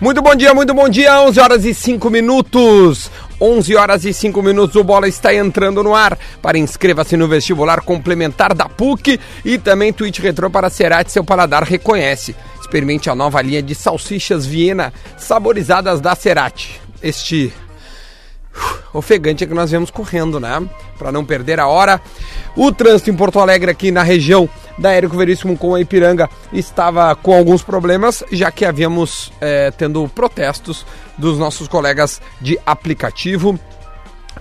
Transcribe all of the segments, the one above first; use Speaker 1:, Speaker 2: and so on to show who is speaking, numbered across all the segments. Speaker 1: Muito bom dia, muito bom dia. 11 horas e 5 minutos. 11 horas e 5 minutos, o Bola está entrando no ar. Para inscreva-se no vestibular complementar da PUC e também Twitch Retro para Cerati, seu paladar reconhece. Experimente a nova linha de salsichas Viena saborizadas da Cerati. Este ofegante é que nós vemos correndo, né? Para não perder a hora. O trânsito em Porto Alegre, aqui na região da Érico Veríssimo com a Ipiranga, estava com alguns problemas, já que havíamos eh, tendo protestos dos nossos colegas de aplicativo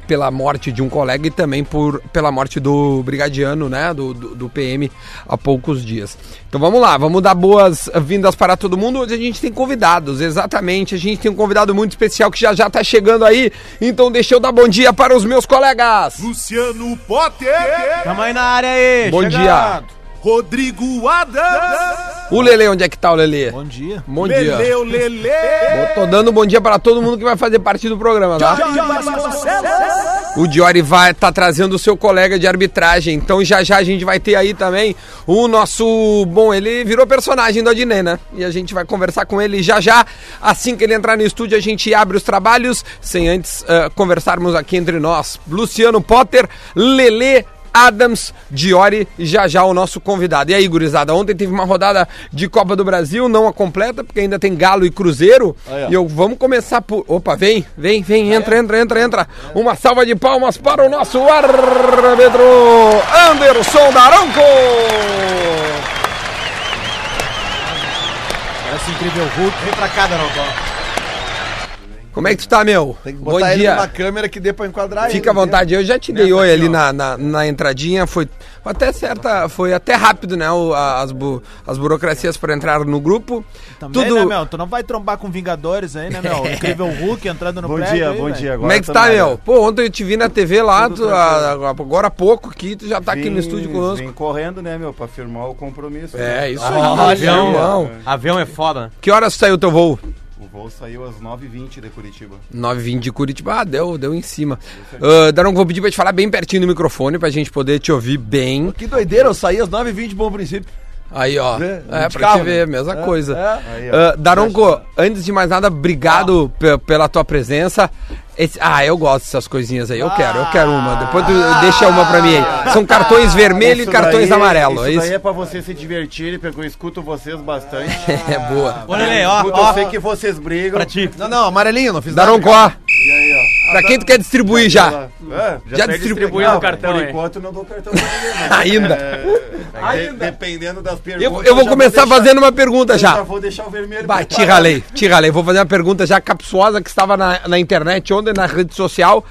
Speaker 1: pela morte de um colega e também por, pela morte do brigadiano, né, do, do, do PM há poucos dias. Então vamos lá, vamos dar boas-vindas para todo mundo. Hoje a gente tem convidados, exatamente, a gente tem um convidado muito especial que já já tá chegando aí. Então deixa eu dar bom dia para os meus colegas.
Speaker 2: Luciano Potter,
Speaker 3: Tamo aí na área aí.
Speaker 1: Bom
Speaker 3: chegado.
Speaker 2: Rodrigo Adams,
Speaker 1: O Lele, onde é que tá o Lele?
Speaker 3: Bom dia.
Speaker 1: Bom dia.
Speaker 2: Leleu Lele,
Speaker 1: Bom, Tô dando bom dia para todo mundo que vai fazer parte do programa, tá? O Diori vai tá trazendo o seu colega de arbitragem. Então já já a gente vai ter aí também o nosso. Bom, ele virou personagem do Adnê, né? E a gente vai conversar com ele já já. Assim que ele entrar no estúdio, a gente abre os trabalhos, sem antes eh, conversarmos aqui entre nós. Luciano Potter, Lelê. Adams, Diori e já já o nosso convidado. E aí, gurizada, ontem teve uma rodada de Copa do Brasil, não a completa, porque ainda tem Galo e Cruzeiro.
Speaker 3: Aí, ó.
Speaker 1: e eu vamos começar por. Opa, vem, vem, vem, entra, entra, entra, entra. Uma salva de palmas para o nosso árbitro, Anderson Daronco.
Speaker 3: Parece incrível Hulk. Vem pra cá, Daronco.
Speaker 1: Como é que tu tá, meu?
Speaker 4: Tem que
Speaker 1: Bom
Speaker 4: botar ele
Speaker 1: dia.
Speaker 4: numa câmera que dê pra enquadrar ele.
Speaker 1: Fica à vontade, eu já te dei oi ali na, na, na entradinha, foi até certa, foi até rápido, né, o- a- as, bu- as burocracias para entrar no grupo.
Speaker 3: Também, né, meu? Tu não vai trombar com Vingadores aí, né, meu? Incrível Hulk entrando no
Speaker 4: Bom
Speaker 3: prédio
Speaker 4: dia,
Speaker 3: aí, né?
Speaker 4: bom
Speaker 3: velho.
Speaker 4: dia. Agora né?
Speaker 1: Como é que tu
Speaker 4: tô
Speaker 1: tá,
Speaker 4: na
Speaker 1: meu?
Speaker 4: área.
Speaker 1: Pô, ontem eu te vi na TV lá, tu, a- agora há pouco que tu já tá aqui no
Speaker 4: Vim-
Speaker 1: estúdio conosco.
Speaker 4: Vim correndo, né, meu, pra firmar o compromisso.
Speaker 1: É,
Speaker 4: né?
Speaker 1: isso
Speaker 5: Ah,
Speaker 1: aí,
Speaker 5: avião.
Speaker 1: avião.
Speaker 5: Avião é foda, né?
Speaker 1: Que horas saiu teu voo?
Speaker 4: O voo saiu às 9h20 de Curitiba.
Speaker 1: 9h20 de Curitiba. Ah, deu, deu em cima. Uh, Daronco, vou pedir pra te falar bem pertinho do microfone pra gente poder te ouvir bem.
Speaker 6: Que doideira, eu saí às 9h20, bom princípio.
Speaker 1: Aí, ó.
Speaker 6: É,
Speaker 1: É,
Speaker 6: de
Speaker 1: pra
Speaker 6: carro,
Speaker 1: te ver,
Speaker 6: né?
Speaker 1: mesma
Speaker 6: É,
Speaker 1: coisa.
Speaker 6: é.
Speaker 4: Aí, ó. Tá.
Speaker 1: Uh, Daronco, antes de mais nada, obrigado pe- pela tua presença. Esse- ah, eu gosto dessas coisinhas aí. Eu quero, eu quero uma. Depois tu deixa uma pra mim aí. São cartões vermelho
Speaker 4: Ah! Isso
Speaker 1: e cartões
Speaker 4: daí-
Speaker 1: amarelo. É
Speaker 4: Isso daí
Speaker 1: isso?
Speaker 4: é pra você se divertir, porque eu escuto vocês bastante.
Speaker 1: É boa.
Speaker 4: Ah,
Speaker 5: Olha ele, ó,
Speaker 4: Escuto,
Speaker 5: ó.
Speaker 4: eu sei que vocês brigam.
Speaker 5: Pra ti.
Speaker 6: Não, não, amarelinho, não fiz
Speaker 1: Daronco, ó,
Speaker 4: E aí, ó.
Speaker 1: pra quem tu quer distribuir já?
Speaker 4: Ah,
Speaker 1: Já
Speaker 4: tá
Speaker 1: distribuiu
Speaker 4: aí distribuído.
Speaker 1: o
Speaker 4: Não,
Speaker 5: cartão
Speaker 4: Por
Speaker 5: aí.
Speaker 4: enquanto não dou cartão pra ninguém, mas,
Speaker 1: Ainda.
Speaker 4: é, de- dependendo das perguntas.
Speaker 1: Eu, eu vou
Speaker 4: já
Speaker 1: começar
Speaker 4: deixar-
Speaker 1: fazendo uma pergunta
Speaker 4: eu já.
Speaker 1: já.
Speaker 4: vou deixar o vermelho.
Speaker 1: Bah, te
Speaker 4: preparado.
Speaker 1: ralei, te ralei. Vou fazer uma pergunta já capsuosa que estava na, na internet ontem, na rede social.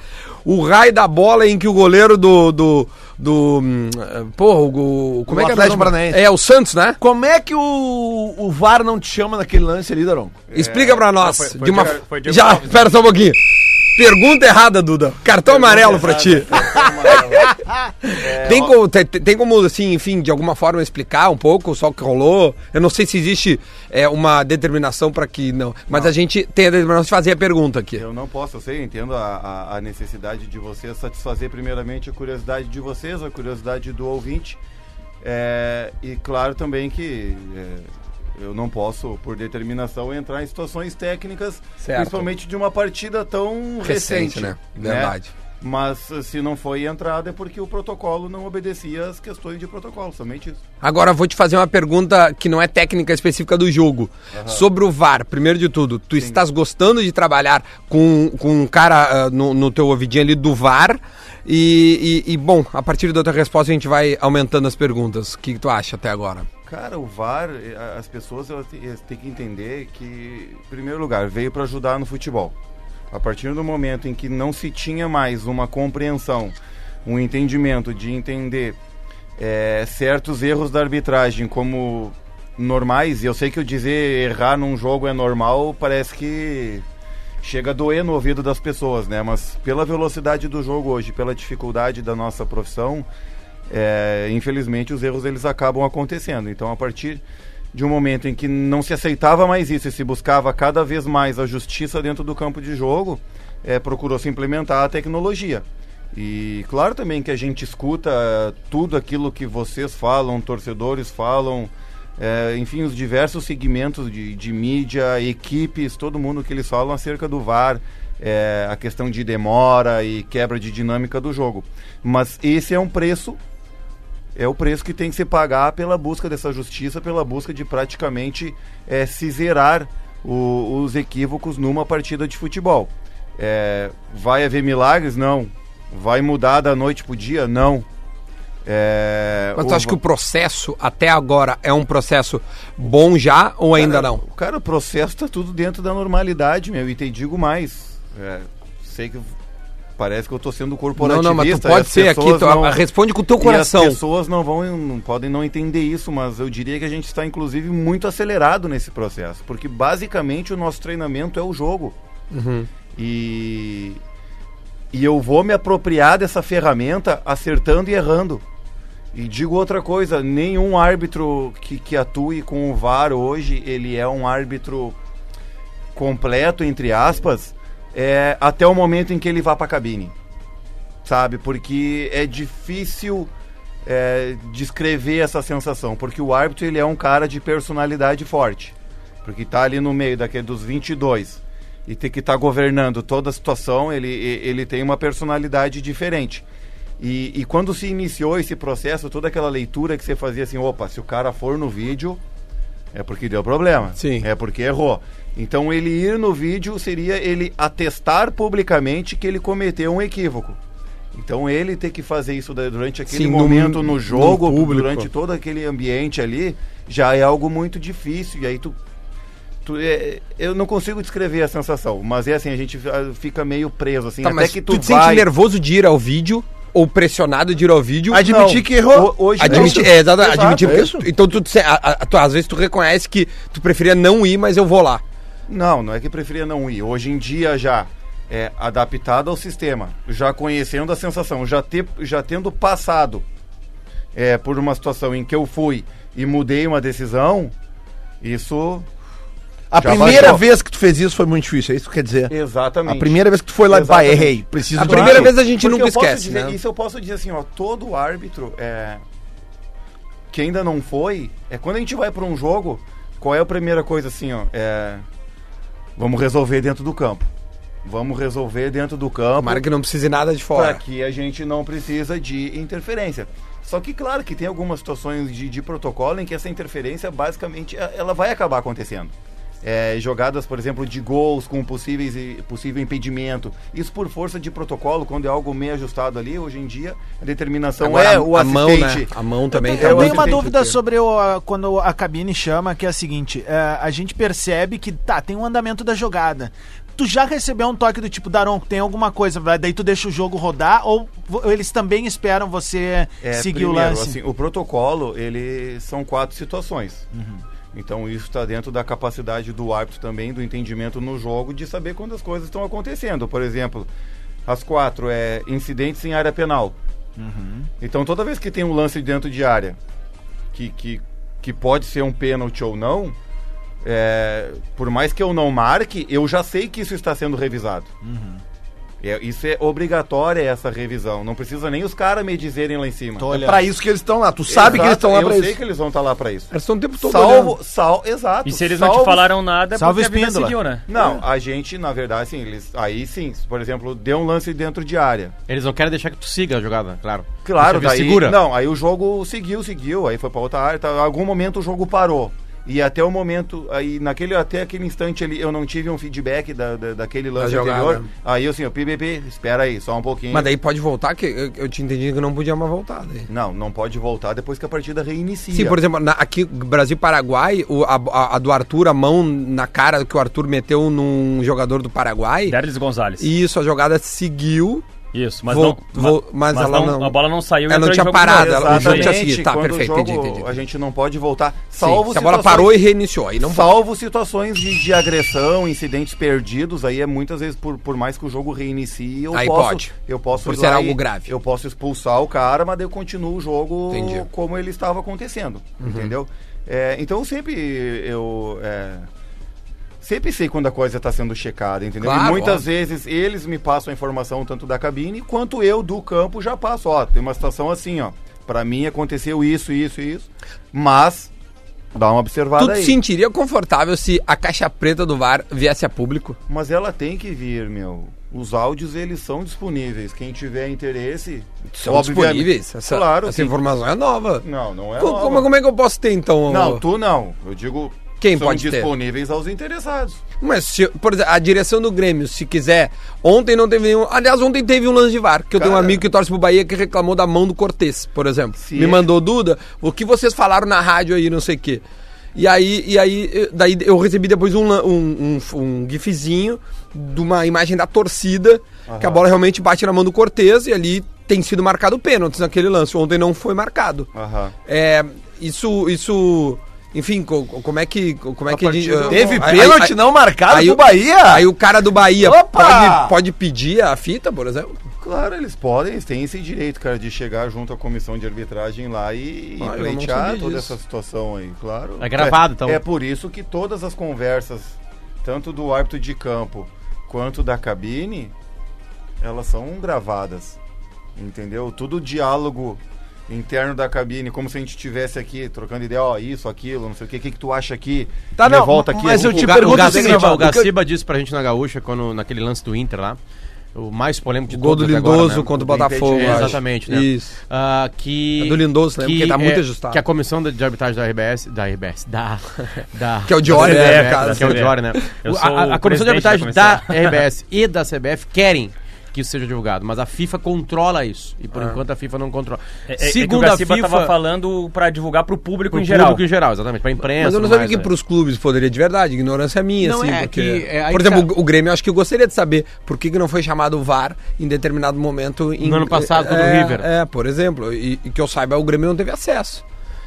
Speaker 1: O raio da bola em que o goleiro do. do, do hum, eh, porra, o. go- Como
Speaker 6: Do
Speaker 1: é que é o
Speaker 6: Atlético
Speaker 1: nome?
Speaker 6: Paranaense.
Speaker 1: É, o Santos, né?
Speaker 6: Como é que o, o VAR não te chama naquele lance ali, Daronco?
Speaker 1: Explica pra nós.
Speaker 4: É. foi- foi
Speaker 1: de uma,
Speaker 4: Diego- foi Diego
Speaker 1: já, espera só um pouquinho. Pergunta errada, Duda. Cartão amarelo pra ti.
Speaker 4: É,
Speaker 1: Tem como, te- te- tem como, assim, enfim, de alguma forma explicar um pouco só o que rolou? Eu não sei se existe é, uma determinação pra que não. Mas a gente tem a determinação de fazer a pergunta aqui.
Speaker 4: Eu não posso, eu sei, eu entendo a, a- a necessidade de vocês satisfazer primeiramente a curiosidade de vocês, a curiosidade do ouvinte. É, e claro também que é, eu não posso, por determinação, entrar em situações técnicas,
Speaker 1: Certo.
Speaker 4: principalmente de uma partida tão
Speaker 1: Recente,
Speaker 4: recente.
Speaker 1: né? Verdade.
Speaker 4: Mas se não foi entrada é porque o protocolo não obedecia às questões de protocolo, somente isso.
Speaker 1: Agora eu vou te fazer uma pergunta que não é técnica específica do jogo. Sobre o VAR, primeiro de tudo, tu estás gostando de trabalhar com, com um cara ah, no, no teu ouvidinho ali do VAR? E, e- e, bom, a partir da tua resposta a gente vai aumentando as perguntas. O que, que tu acha até agora?
Speaker 4: Cara, o VAR, eh, a- as pessoas elas te- elas têm que entender que, em primeiro lugar, veio para ajudar no futebol. A partir do momento em que não se tinha mais uma compreensão, um entendimento de entender eh, certos erros da arbitragem como normais, e eu sei que eu dizer errar num jogo é normal, parece que chega a doer no ouvido das pessoas, né? Mas pela velocidade do jogo hoje, pela dificuldade da nossa profissão, é, infelizmente os erros eles acabam acontecendo. Então a partir de um momento em que não se aceitava mais isso e se buscava cada vez mais a justiça dentro do campo de jogo, é, procurou se implementar a tecnologia. E claro é, também que a gente escuta tudo aquilo que vocês falam, torcedores falam, é, enfim, os diversos segmentos de, de mídia, equipes, todo mundo que eles falam acerca do VAR, é, a questão de demora e quebra de dinâmica do jogo. Mas esse é um preço é o preço que tem que se pagar pela busca dessa justiça, pela busca de praticamente eh, se zerar o- os equívocos numa partida de futebol. Eh, vai haver milagres? Não. Vai mudar da noite pro dia? Não. Eh,
Speaker 1: Mas
Speaker 4: o-
Speaker 1: tu acha que o processo até agora é um processo bom já ou ainda
Speaker 4: Cara,
Speaker 1: não?
Speaker 4: o- Cara, o processo tá tudo dentro da normalidade, meu. E te digo mais. É, sei que parece que eu tô sendo
Speaker 1: Não,
Speaker 4: corporativista.
Speaker 1: não, mas tu
Speaker 4: e
Speaker 1: pode
Speaker 4: as
Speaker 1: ser aqui,
Speaker 4: pessoas
Speaker 1: tu-
Speaker 4: não-
Speaker 1: responde com o teu
Speaker 4: E
Speaker 1: coração.
Speaker 4: as pessoas não vão, não podem não entender isso, mas eu diria que a gente está inclusive muito acelerado nesse processo, porque basicamente o nosso treinamento é o jogo.
Speaker 1: Uhum.
Speaker 4: E e eu vou me apropriar dessa ferramenta acertando e errando. E digo outra coisa, nenhum árbitro que, que atue com o VAR hoje, ele é um árbitro completo, entre aspas, é, até o momento em que ele vá para a cabine sabe? Porque é difícil é, descrever essa sensação, porque o árbitro ele é um cara de personalidade forte, porque tá ali no meio daquele dos 22 e tem que estar governando toda a situação, ele, e- ele tem uma personalidade diferente. E, e quando se iniciou esse processo, toda aquela leitura que você fazia assim, opa, se o cara for no vídeo, é porque deu problema.
Speaker 1: Sim.
Speaker 4: É porque errou. Então ele ir no vídeo seria ele atestar publicamente que ele cometeu um equívoco. Então ele ter que fazer isso da- durante aquele
Speaker 1: Sim, no-
Speaker 4: momento no,
Speaker 1: no
Speaker 4: jogo,
Speaker 1: público.
Speaker 4: durante todo aquele ambiente ali, já é algo muito difícil. E aí tu. tu- é- eu não consigo descrever a sensação, mas é assim, a gente ah, fica meio preso, assim,
Speaker 1: Tá,
Speaker 4: até
Speaker 1: mas
Speaker 4: que
Speaker 1: tu,
Speaker 4: tu,
Speaker 1: te
Speaker 4: vai.
Speaker 1: sente nervoso de ir ao vídeo ou pressionado de ir ao vídeo?
Speaker 6: Admitir que errou.
Speaker 4: Ho- hoje
Speaker 1: Admitir,
Speaker 4: não.
Speaker 1: é, exato,
Speaker 4: Exato,
Speaker 1: admitir
Speaker 6: é
Speaker 1: porque-
Speaker 6: isso.
Speaker 1: Então tu, se- a- a- tu- às vezes tu reconhece que tu preferia não ir, mas eu vou lá.
Speaker 4: Não, não é que preferia não ir. Hoje em dia já é adaptado ao sistema, já conhecendo a sensação, já, ter, já tendo passado é, por uma situação em que eu fui e mudei uma decisão, isso
Speaker 6: A
Speaker 4: Já
Speaker 6: primeira
Speaker 4: baixou.
Speaker 6: vez que tu fez isso foi muito difícil, é isso que tu quer dizer.
Speaker 4: exatamente.
Speaker 6: A primeira vez que tu foi lá e pá,
Speaker 4: Exatamente.
Speaker 6: errei, preciso
Speaker 1: A
Speaker 6: de
Speaker 1: primeira
Speaker 6: um-
Speaker 1: vez a gente
Speaker 4: Porque
Speaker 1: nunca
Speaker 4: eu posso
Speaker 1: esquece,
Speaker 4: dizer-
Speaker 1: né?
Speaker 4: Isso eu posso dizer assim, ó, todo árbitro é, que ainda não foi, é quando a gente vai pra um jogo, qual é a primeira coisa assim, ó, é, vamos resolver dentro do campo. Vamos resolver dentro do campo.
Speaker 1: Tomara que não precise nada de
Speaker 4: Para
Speaker 1: fora.
Speaker 4: que a gente não precisa de interferência. Só que, claro, que tem algumas situações de, de protocolo em que essa interferência, basicamente, a- ela vai acabar acontecendo. É, jogadas, por exemplo, de gols com possíveis, e- possível impedimento. Isso por força de protocolo, quando é algo meio ajustado ali, hoje em dia, a determinação
Speaker 1: Agora,
Speaker 4: é o
Speaker 1: a, a
Speaker 4: assistente.
Speaker 1: mão, né? A mão também
Speaker 4: Eu
Speaker 1: tá
Speaker 3: Eu
Speaker 1: muito-
Speaker 3: tenho uma
Speaker 4: entendi
Speaker 3: dúvida
Speaker 4: o que é.
Speaker 3: sobre o, a- quando a cabine chama, que é a seguinte: é, a gente percebe que tá, tem um andamento da jogada. Tu já recebeu um toque do tipo, Daron, tem alguma coisa, vai, daí tu deixa o jogo rodar, ou vo- eles também esperam você
Speaker 4: É,
Speaker 3: seguir o
Speaker 4: primeiro,
Speaker 3: lance?
Speaker 4: assim, o protocolo, ele são quatro situações.
Speaker 3: Uhum.
Speaker 4: Então isso está dentro da capacidade do árbitro também, do entendimento no jogo, de saber quando as coisas estão acontecendo. Por exemplo, as quatro é incidentes em área penal.
Speaker 3: Uhum.
Speaker 4: Então toda vez que tem um lance dentro de área, que, que, que pode ser um pênalti ou não, é, por mais que eu não marque, eu já sei que isso está sendo revisado.
Speaker 3: Uhum.
Speaker 4: É, isso é obrigatória essa revisão. Não precisa nem os caras me dizerem lá em cima.
Speaker 3: Tô
Speaker 6: É
Speaker 3: olhando.
Speaker 6: pra isso que eles estão lá. Tu sabe que eles estão lá
Speaker 4: eu
Speaker 6: pra
Speaker 4: sei
Speaker 6: isso.
Speaker 4: que eles vão estar lá pra isso.
Speaker 1: Eles estão o tempo todo olhando.
Speaker 4: Salvo, sal, exato.
Speaker 5: E se eles
Speaker 4: salvo-
Speaker 5: não te falaram nada, é
Speaker 3: Salve
Speaker 5: porque a vida
Speaker 3: Espíndola.
Speaker 5: seguiu, né?
Speaker 4: Não, a gente, na verdade, sim, eles. Aí sim, por exemplo, deu um lance dentro de área.
Speaker 7: Eles não querem deixar que tu siga a jogada, claro.
Speaker 4: Claro,
Speaker 7: Deixa eu ver,
Speaker 4: daí.
Speaker 7: segura.
Speaker 4: Não, aí o jogo seguiu, seguiu, aí foi pra outra área. Tá, em algum momento o jogo parou. E até o momento, aí naquele, até aquele instante ali, eu não tive um feedback da, da- daquele lance
Speaker 1: jogada.
Speaker 4: anterior. Aí eu assim, ó, PBP, espera aí, só um pouquinho.
Speaker 1: Mas daí pode voltar, que eu, eu te entendi que não podia mais voltar. Daí.
Speaker 4: Não, não pode voltar depois que a partida reinicia.
Speaker 1: Sim, por exemplo, na- aqui Brasil-Paraguai, o- a, a- a do Arthur, a mão na cara que o Arthur meteu num jogador do Paraguai.
Speaker 5: Derlis Gonzalez.
Speaker 1: E isso, a jogada seguiu.
Speaker 5: Isso, mas
Speaker 1: Vou-
Speaker 5: não.
Speaker 1: vou- mas ela não-
Speaker 5: A bola não saiu
Speaker 1: ela não
Speaker 5: entrou em
Speaker 1: tinha
Speaker 5: jogo de
Speaker 1: parado,
Speaker 5: novo.
Speaker 1: ela- o jogo tinha
Speaker 5: Exatamente.
Speaker 1: seguido. Tá,
Speaker 4: Quando
Speaker 1: perfeito,
Speaker 4: o jogo,
Speaker 1: entendi, entendi.
Speaker 4: A gente não pode voltar.
Speaker 1: Sim,
Speaker 4: Salvo
Speaker 1: se a bola
Speaker 4: situações-
Speaker 1: parou e reiniciou. Aí não
Speaker 4: Salvo situações de, de agressão, incidentes perdidos, aí é muitas vezes, por, por mais que o jogo reinicie, eu
Speaker 1: Aí
Speaker 4: posso.
Speaker 1: pode.
Speaker 4: Eu posso
Speaker 1: Por
Speaker 4: ir
Speaker 1: ser
Speaker 4: lá
Speaker 1: algo
Speaker 4: e-
Speaker 1: grave.
Speaker 4: Eu posso expulsar o cara, mas daí eu continuo o jogo
Speaker 1: Entendi. Uhum.
Speaker 4: como ele estava acontecendo. Entendeu? É, então sempre eu. é, Sempre sei quando a coisa está sendo checada, entendeu?
Speaker 1: Claro,
Speaker 4: e muitas
Speaker 1: óbvio.
Speaker 4: vezes eles me passam a informação tanto da cabine quanto eu do campo já passo. Ó, tem uma situação assim, ó. Pra mim aconteceu isso, isso, isso. Mas Dá uma
Speaker 1: Tu
Speaker 4: observada
Speaker 1: te
Speaker 4: aí.
Speaker 1: sentiria confortável se a caixa preta do VAR viesse a público?
Speaker 4: Mas ela tem que vir, meu. Os áudios, eles são disponíveis. Quem tiver interesse...
Speaker 1: São
Speaker 4: obviamente-
Speaker 1: disponíveis? Essa,
Speaker 4: é. claro.
Speaker 1: Essa
Speaker 4: sim.
Speaker 1: informação é nova.
Speaker 4: Não, não é
Speaker 1: Co-
Speaker 4: nova.
Speaker 1: Como, como é que eu posso ter, então?
Speaker 4: Não,
Speaker 1: o-
Speaker 4: tu não. Eu digo...
Speaker 1: Quem
Speaker 4: são
Speaker 1: pode ter?
Speaker 4: disponíveis aos interessados.
Speaker 1: Mas, se- por exemplo, a direção do Grêmio, se quiser. Ontem não teve nenhum. Aliás, ontem teve um lance de VAR, que eu tenho um
Speaker 4: Cara.
Speaker 1: amigo que torce pro Bahia que reclamou da mão do Cortez, por exemplo.
Speaker 4: Se
Speaker 1: Me
Speaker 4: ele-
Speaker 1: mandou Duda, o que vocês falaram na rádio aí, não sei o quê. E aí, e aí eh, daí eu recebi depois um, lan- um, um, um gifzinho de uma imagem da torcida, que a bola realmente bate na mão do Cortez e ali tem sido marcado pênalti naquele lance. Ontem não foi marcado.
Speaker 4: Aham.
Speaker 1: É, isso, isso, enfim, co- co- como é que, como é que a gente
Speaker 4: partir do-
Speaker 6: Teve
Speaker 1: Aí-
Speaker 6: pênalti
Speaker 1: aí-
Speaker 6: não marcado
Speaker 1: aí
Speaker 6: pro
Speaker 1: o-
Speaker 6: Bahia.
Speaker 1: Aí o cara do Bahia
Speaker 6: Opa!
Speaker 1: pode, pode pedir a fita, por exemplo?
Speaker 4: Claro, eles podem, eles têm esse direito, cara, de chegar junto à comissão de arbitragem lá e, e
Speaker 1: Ah, eu não
Speaker 4: pleitear
Speaker 1: sabia
Speaker 4: toda
Speaker 1: disso.
Speaker 4: essa situação aí, claro.
Speaker 7: É gravado, então.
Speaker 4: É por isso que todas as conversas, tanto do árbitro de campo quanto da cabine, elas são gravadas. Entendeu? Tudo o diálogo interno da cabine, como se a gente estivesse aqui trocando ideia, ó, isso, aquilo, não sei o que, o que, que tu acha aqui?
Speaker 6: Tá,
Speaker 4: Me
Speaker 6: não,
Speaker 4: volta aqui. é um
Speaker 6: mas eu
Speaker 4: o
Speaker 6: te
Speaker 4: ga-
Speaker 7: Ga- o
Speaker 6: pergunto
Speaker 7: Gaciba,
Speaker 6: seguinte,
Speaker 7: o
Speaker 6: Valdo,
Speaker 7: Gaciba disse pra gente na Gaúcha, quando, naquele lance do Inter lá, o mais polêmico de
Speaker 1: O gol do
Speaker 7: todos até
Speaker 1: Lindoso
Speaker 7: agora, né?
Speaker 1: contra o
Speaker 4: Do impedimento.
Speaker 1: Botafogo.
Speaker 7: É,
Speaker 1: eu acho.
Speaker 7: exatamente, né?
Speaker 1: Isso.
Speaker 7: Ah, que
Speaker 1: É do Lindoso, né? Porque tá muito
Speaker 7: é-
Speaker 1: ajustado.
Speaker 7: Que a comissão de, de arbitragem da RBS, da RBS, da... da
Speaker 1: Que é o Diori,
Speaker 7: da
Speaker 1: né,
Speaker 7: CBF,
Speaker 1: cara?
Speaker 7: Que é o Diori, né?
Speaker 5: Eu
Speaker 7: O- a-
Speaker 5: sou
Speaker 7: a, a
Speaker 5: o
Speaker 7: comissão de
Speaker 5: presidente da
Speaker 7: arbitragem da, RBS e da CBF querem que isso seja divulgado, mas a FIFA controla isso, e por
Speaker 1: Ah.
Speaker 7: enquanto a FIFA não controla.
Speaker 5: É, é, é que o Gaciba tava falando pra divulgar pro público
Speaker 7: pro
Speaker 5: em geral.
Speaker 7: público em geral, exatamente, pra imprensa.
Speaker 1: Mas eu não
Speaker 7: tudo
Speaker 1: sabia
Speaker 7: mais,
Speaker 1: que
Speaker 7: né?
Speaker 1: pros clubes poderia de verdade, ignorância minha,
Speaker 7: Não,
Speaker 1: assim.
Speaker 7: é
Speaker 1: porque...
Speaker 7: que- é, aí
Speaker 1: por
Speaker 7: que
Speaker 1: exemplo,
Speaker 7: tá.
Speaker 1: o- o Grêmio, eu acho que eu gostaria de saber por que, que não foi chamado o VAR em determinado momento. Em...
Speaker 7: No ano passado, contra o
Speaker 1: é,
Speaker 7: River.
Speaker 1: É, por exemplo. E, e que eu saiba, o Grêmio não teve acesso.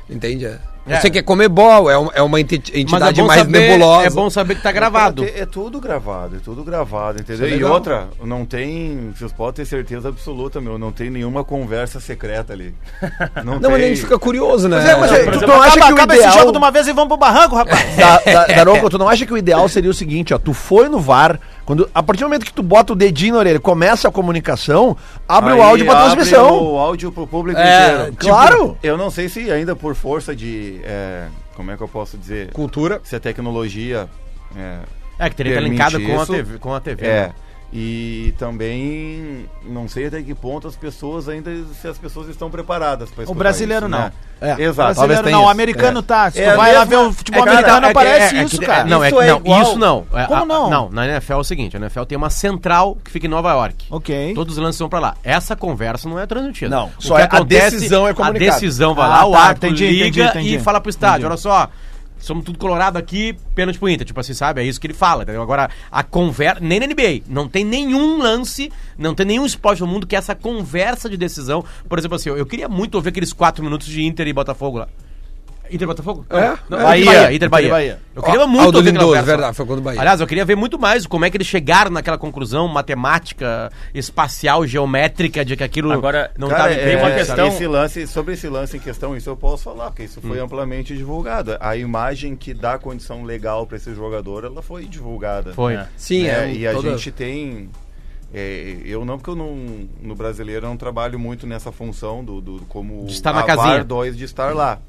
Speaker 1: Entende? Eu
Speaker 7: É.
Speaker 1: sei que é Comebol, é, um- é uma enti-
Speaker 7: Mas
Speaker 1: entidade
Speaker 7: é bom
Speaker 1: mais
Speaker 7: saber-
Speaker 1: nebulosa.
Speaker 7: É bom saber que tá gravado.
Speaker 4: É, tudo gravado, é tudo gravado, entendeu?
Speaker 1: Isso é
Speaker 4: e
Speaker 1: legal.
Speaker 4: outra, não tem. Vocês podem ter certeza absoluta, meu. Não tem nenhuma conversa secreta ali. Não,
Speaker 1: Não,
Speaker 4: tem.
Speaker 1: mas a gente fica curioso, né?
Speaker 6: Mas é, mas é,
Speaker 1: Por
Speaker 6: tu
Speaker 1: exemplo,
Speaker 6: não acha
Speaker 3: acaba
Speaker 6: que o
Speaker 3: acaba
Speaker 6: ideal...
Speaker 3: esse jogo de uma vez e vamos pro barranco, rapaz.
Speaker 6: Da, da, Daronco, tu não acha que o ideal seria o seguinte, ó, tu foi no VAR, quando, a partir do momento que tu bota o dedinho na orelha, começa a comunicação, abre
Speaker 4: Aí
Speaker 6: o áudio pra
Speaker 4: abre
Speaker 6: transmissão.
Speaker 4: O áudio pro público
Speaker 1: É,
Speaker 4: inteiro. Tipo,
Speaker 6: Claro!
Speaker 4: Eu não sei se ainda por força de. é, como é que eu posso dizer?
Speaker 1: Cultura.
Speaker 4: Se a tecnologia. É,
Speaker 7: É, que teria que estar
Speaker 4: Permite
Speaker 7: linkado com a
Speaker 4: isso.
Speaker 7: TV. Com a TV
Speaker 4: é.
Speaker 7: né?
Speaker 4: E também não sei até que ponto as pessoas ainda. Se as pessoas estão preparadas para
Speaker 3: O brasileiro não.
Speaker 6: É,
Speaker 4: né? Exato.
Speaker 3: brasileiro
Speaker 4: Talvez
Speaker 3: não, o
Speaker 4: tenha isso.
Speaker 3: americano tá. Se
Speaker 4: É a
Speaker 3: tu vai lá ver
Speaker 4: mesma-
Speaker 3: o futebol
Speaker 4: é, cara,
Speaker 3: americano,
Speaker 4: é que-
Speaker 3: aparece
Speaker 7: É, é que-
Speaker 3: isso,
Speaker 7: é,
Speaker 3: cara.
Speaker 7: Não, é,
Speaker 4: Isso é
Speaker 7: não,
Speaker 4: igual.
Speaker 7: isso não. É,
Speaker 3: Como
Speaker 7: a-
Speaker 3: não?
Speaker 7: Não, na NFL é o seguinte: a NFL tem uma central que fica em Nova York.
Speaker 3: Ok.
Speaker 7: Todos os lances vão pra lá. Essa conversa não é transmitida.
Speaker 6: Não,
Speaker 7: O
Speaker 6: só
Speaker 7: que
Speaker 6: é- a decisão é comunicada.
Speaker 7: A decisão vai
Speaker 3: Ah,
Speaker 7: lá, o
Speaker 3: tá,
Speaker 7: árbitro
Speaker 3: entendi,
Speaker 7: liga
Speaker 3: entendi, entendi.
Speaker 7: e fala pro
Speaker 3: Entendi.
Speaker 7: estádio: olha só. Somos tudo colorado aqui, pênalti pro Inter. Tipo assim, sabe? É isso que ele fala, entendeu? Agora, a conversa. Nem na NBA. Não tem nenhum lance, não tem nenhum esporte no mundo que essa conversa de decisão. Por exemplo, assim, eu, eu queria muito ouvir aqueles quatro minutos de Inter e Botafogo lá. Inter e Botafogo?
Speaker 1: É?
Speaker 7: Não,
Speaker 1: É.
Speaker 7: Bahia,
Speaker 6: Bahia,
Speaker 7: Inter e
Speaker 6: Inter e
Speaker 7: Bahia.
Speaker 6: Bahia.
Speaker 7: Eu queria
Speaker 1: Ó,
Speaker 7: muito
Speaker 1: Aldo
Speaker 7: ouvir aquela
Speaker 1: Lindoso,
Speaker 7: conversa.
Speaker 1: verdade, foi contra o Bahia.
Speaker 7: Aliás, eu queria ver muito mais como é que eles chegaram naquela conclusão matemática, espacial, geométrica de que aquilo
Speaker 5: Agora,
Speaker 7: não
Speaker 4: Cara,
Speaker 7: estava
Speaker 4: é,
Speaker 7: em
Speaker 5: uma
Speaker 7: sabe?
Speaker 5: questão-
Speaker 4: esse lance, sobre esse lance em questão, isso eu posso falar, porque isso
Speaker 7: Hum.
Speaker 4: foi amplamente divulgado. A imagem que dá condição legal para esse jogador, ela foi divulgada.
Speaker 7: Foi.
Speaker 5: É.
Speaker 1: Sim,
Speaker 4: né?
Speaker 1: é.
Speaker 4: e a
Speaker 1: toda-
Speaker 4: gente tem. é, eu não, porque eu não, no brasileiro eu não trabalho muito nessa função do, do como
Speaker 7: De estar na
Speaker 4: a
Speaker 7: casinha. Hum.
Speaker 4: VAR 2 de estar lá.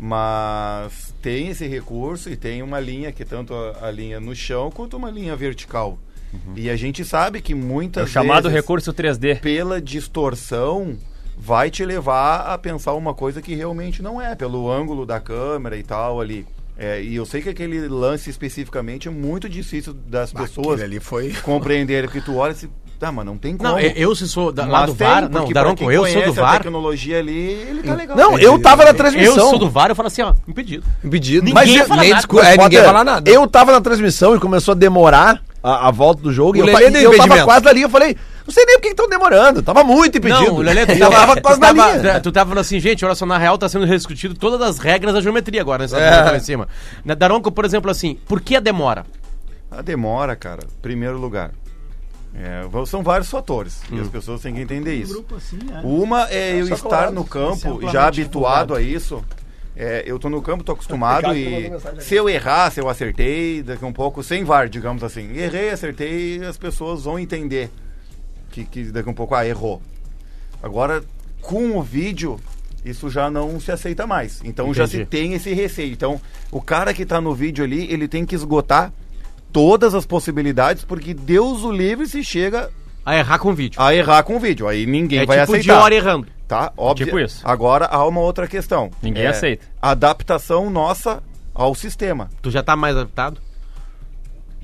Speaker 4: Mas tem esse recurso e tem uma linha que é tanto a, a linha no chão quanto uma linha vertical.
Speaker 7: Uhum.
Speaker 4: E a gente sabe que
Speaker 5: É
Speaker 4: muitas
Speaker 5: o chamado
Speaker 4: vezes
Speaker 5: recurso 3D.
Speaker 4: pela distorção vai te levar a pensar uma coisa que realmente não é, pelo ângulo da câmera e tal ali. É, e eu sei que aquele lance especificamente é muito difícil das pessoas
Speaker 1: Aquele ali foi.
Speaker 4: compreenderem, porque tu olha e se, tá, mas não tem como.
Speaker 7: Não, eu, eu se sou da, lá
Speaker 4: Mas
Speaker 7: do
Speaker 4: tem,
Speaker 7: VAR,
Speaker 4: porque
Speaker 7: não,
Speaker 4: pra
Speaker 7: Daronco,
Speaker 4: quem
Speaker 7: eu sou do
Speaker 4: conhece a
Speaker 7: Var. Hum.
Speaker 4: tecnologia ali, ele tá legal.
Speaker 6: Não, eu tava na
Speaker 7: Eu
Speaker 6: transmissão.
Speaker 7: sou do VAR, eu falo assim, ó, impedido.
Speaker 1: Impedido.
Speaker 6: Mas
Speaker 7: Ninguém
Speaker 6: eu-
Speaker 7: fala
Speaker 1: nem
Speaker 7: nada.
Speaker 1: discu- é, ninguém
Speaker 6: Potter,
Speaker 1: fala nada.
Speaker 6: Eu tava na transmissão e começou a demorar a, a volta do jogo.
Speaker 1: O
Speaker 6: e eu,
Speaker 1: Lelê
Speaker 6: fa- e
Speaker 1: deu
Speaker 6: eu tava
Speaker 1: impedimento.
Speaker 6: quase ali. Eu falei, não sei nem por que estão demorando. Tava muito impedido.
Speaker 7: Não, Lelê, tu
Speaker 6: eu
Speaker 7: tava,
Speaker 6: tava quase
Speaker 7: tu,
Speaker 6: na
Speaker 7: tava,
Speaker 6: linha.
Speaker 7: tu tava falando assim, gente, olha só, na real tá sendo rediscutido todas as regras da geometria agora, nessa
Speaker 1: É.
Speaker 7: é. em cima. Na Daronco, por exemplo, assim, por que a demora?
Speaker 4: A demora, cara, primeiro lugar. É, vão- são vários fatores e
Speaker 7: Hum.
Speaker 4: as pessoas têm que entender isso. Uma é eu estar no campo, já habituado a isso. É, eu tô no campo, tô acostumado e se eu errar, se eu acertei, daqui a um pouco, sem VAR, digamos assim. Errei, acertei, as pessoas vão entender que, que daqui a um pouco, ah, errou. Agora, com o vídeo, isso já não se aceita mais. Então já se
Speaker 7: Entendi.
Speaker 4: tem esse receio. Então, o cara que tá no vídeo ali, ele tem que esgotar todas as possibilidades, porque Deus o livre se chega
Speaker 7: A errar com o vídeo.
Speaker 4: a errar com o vídeo. Aí ninguém vai
Speaker 7: tipo o
Speaker 4: aceitar.
Speaker 7: Dior errando.
Speaker 4: Tá? Óbvio.
Speaker 5: Tipo isso.
Speaker 4: Agora há uma outra questão. É
Speaker 5: Ninguém aceita.
Speaker 4: Adaptação nossa ao sistema.
Speaker 7: Tu já tá mais adaptado?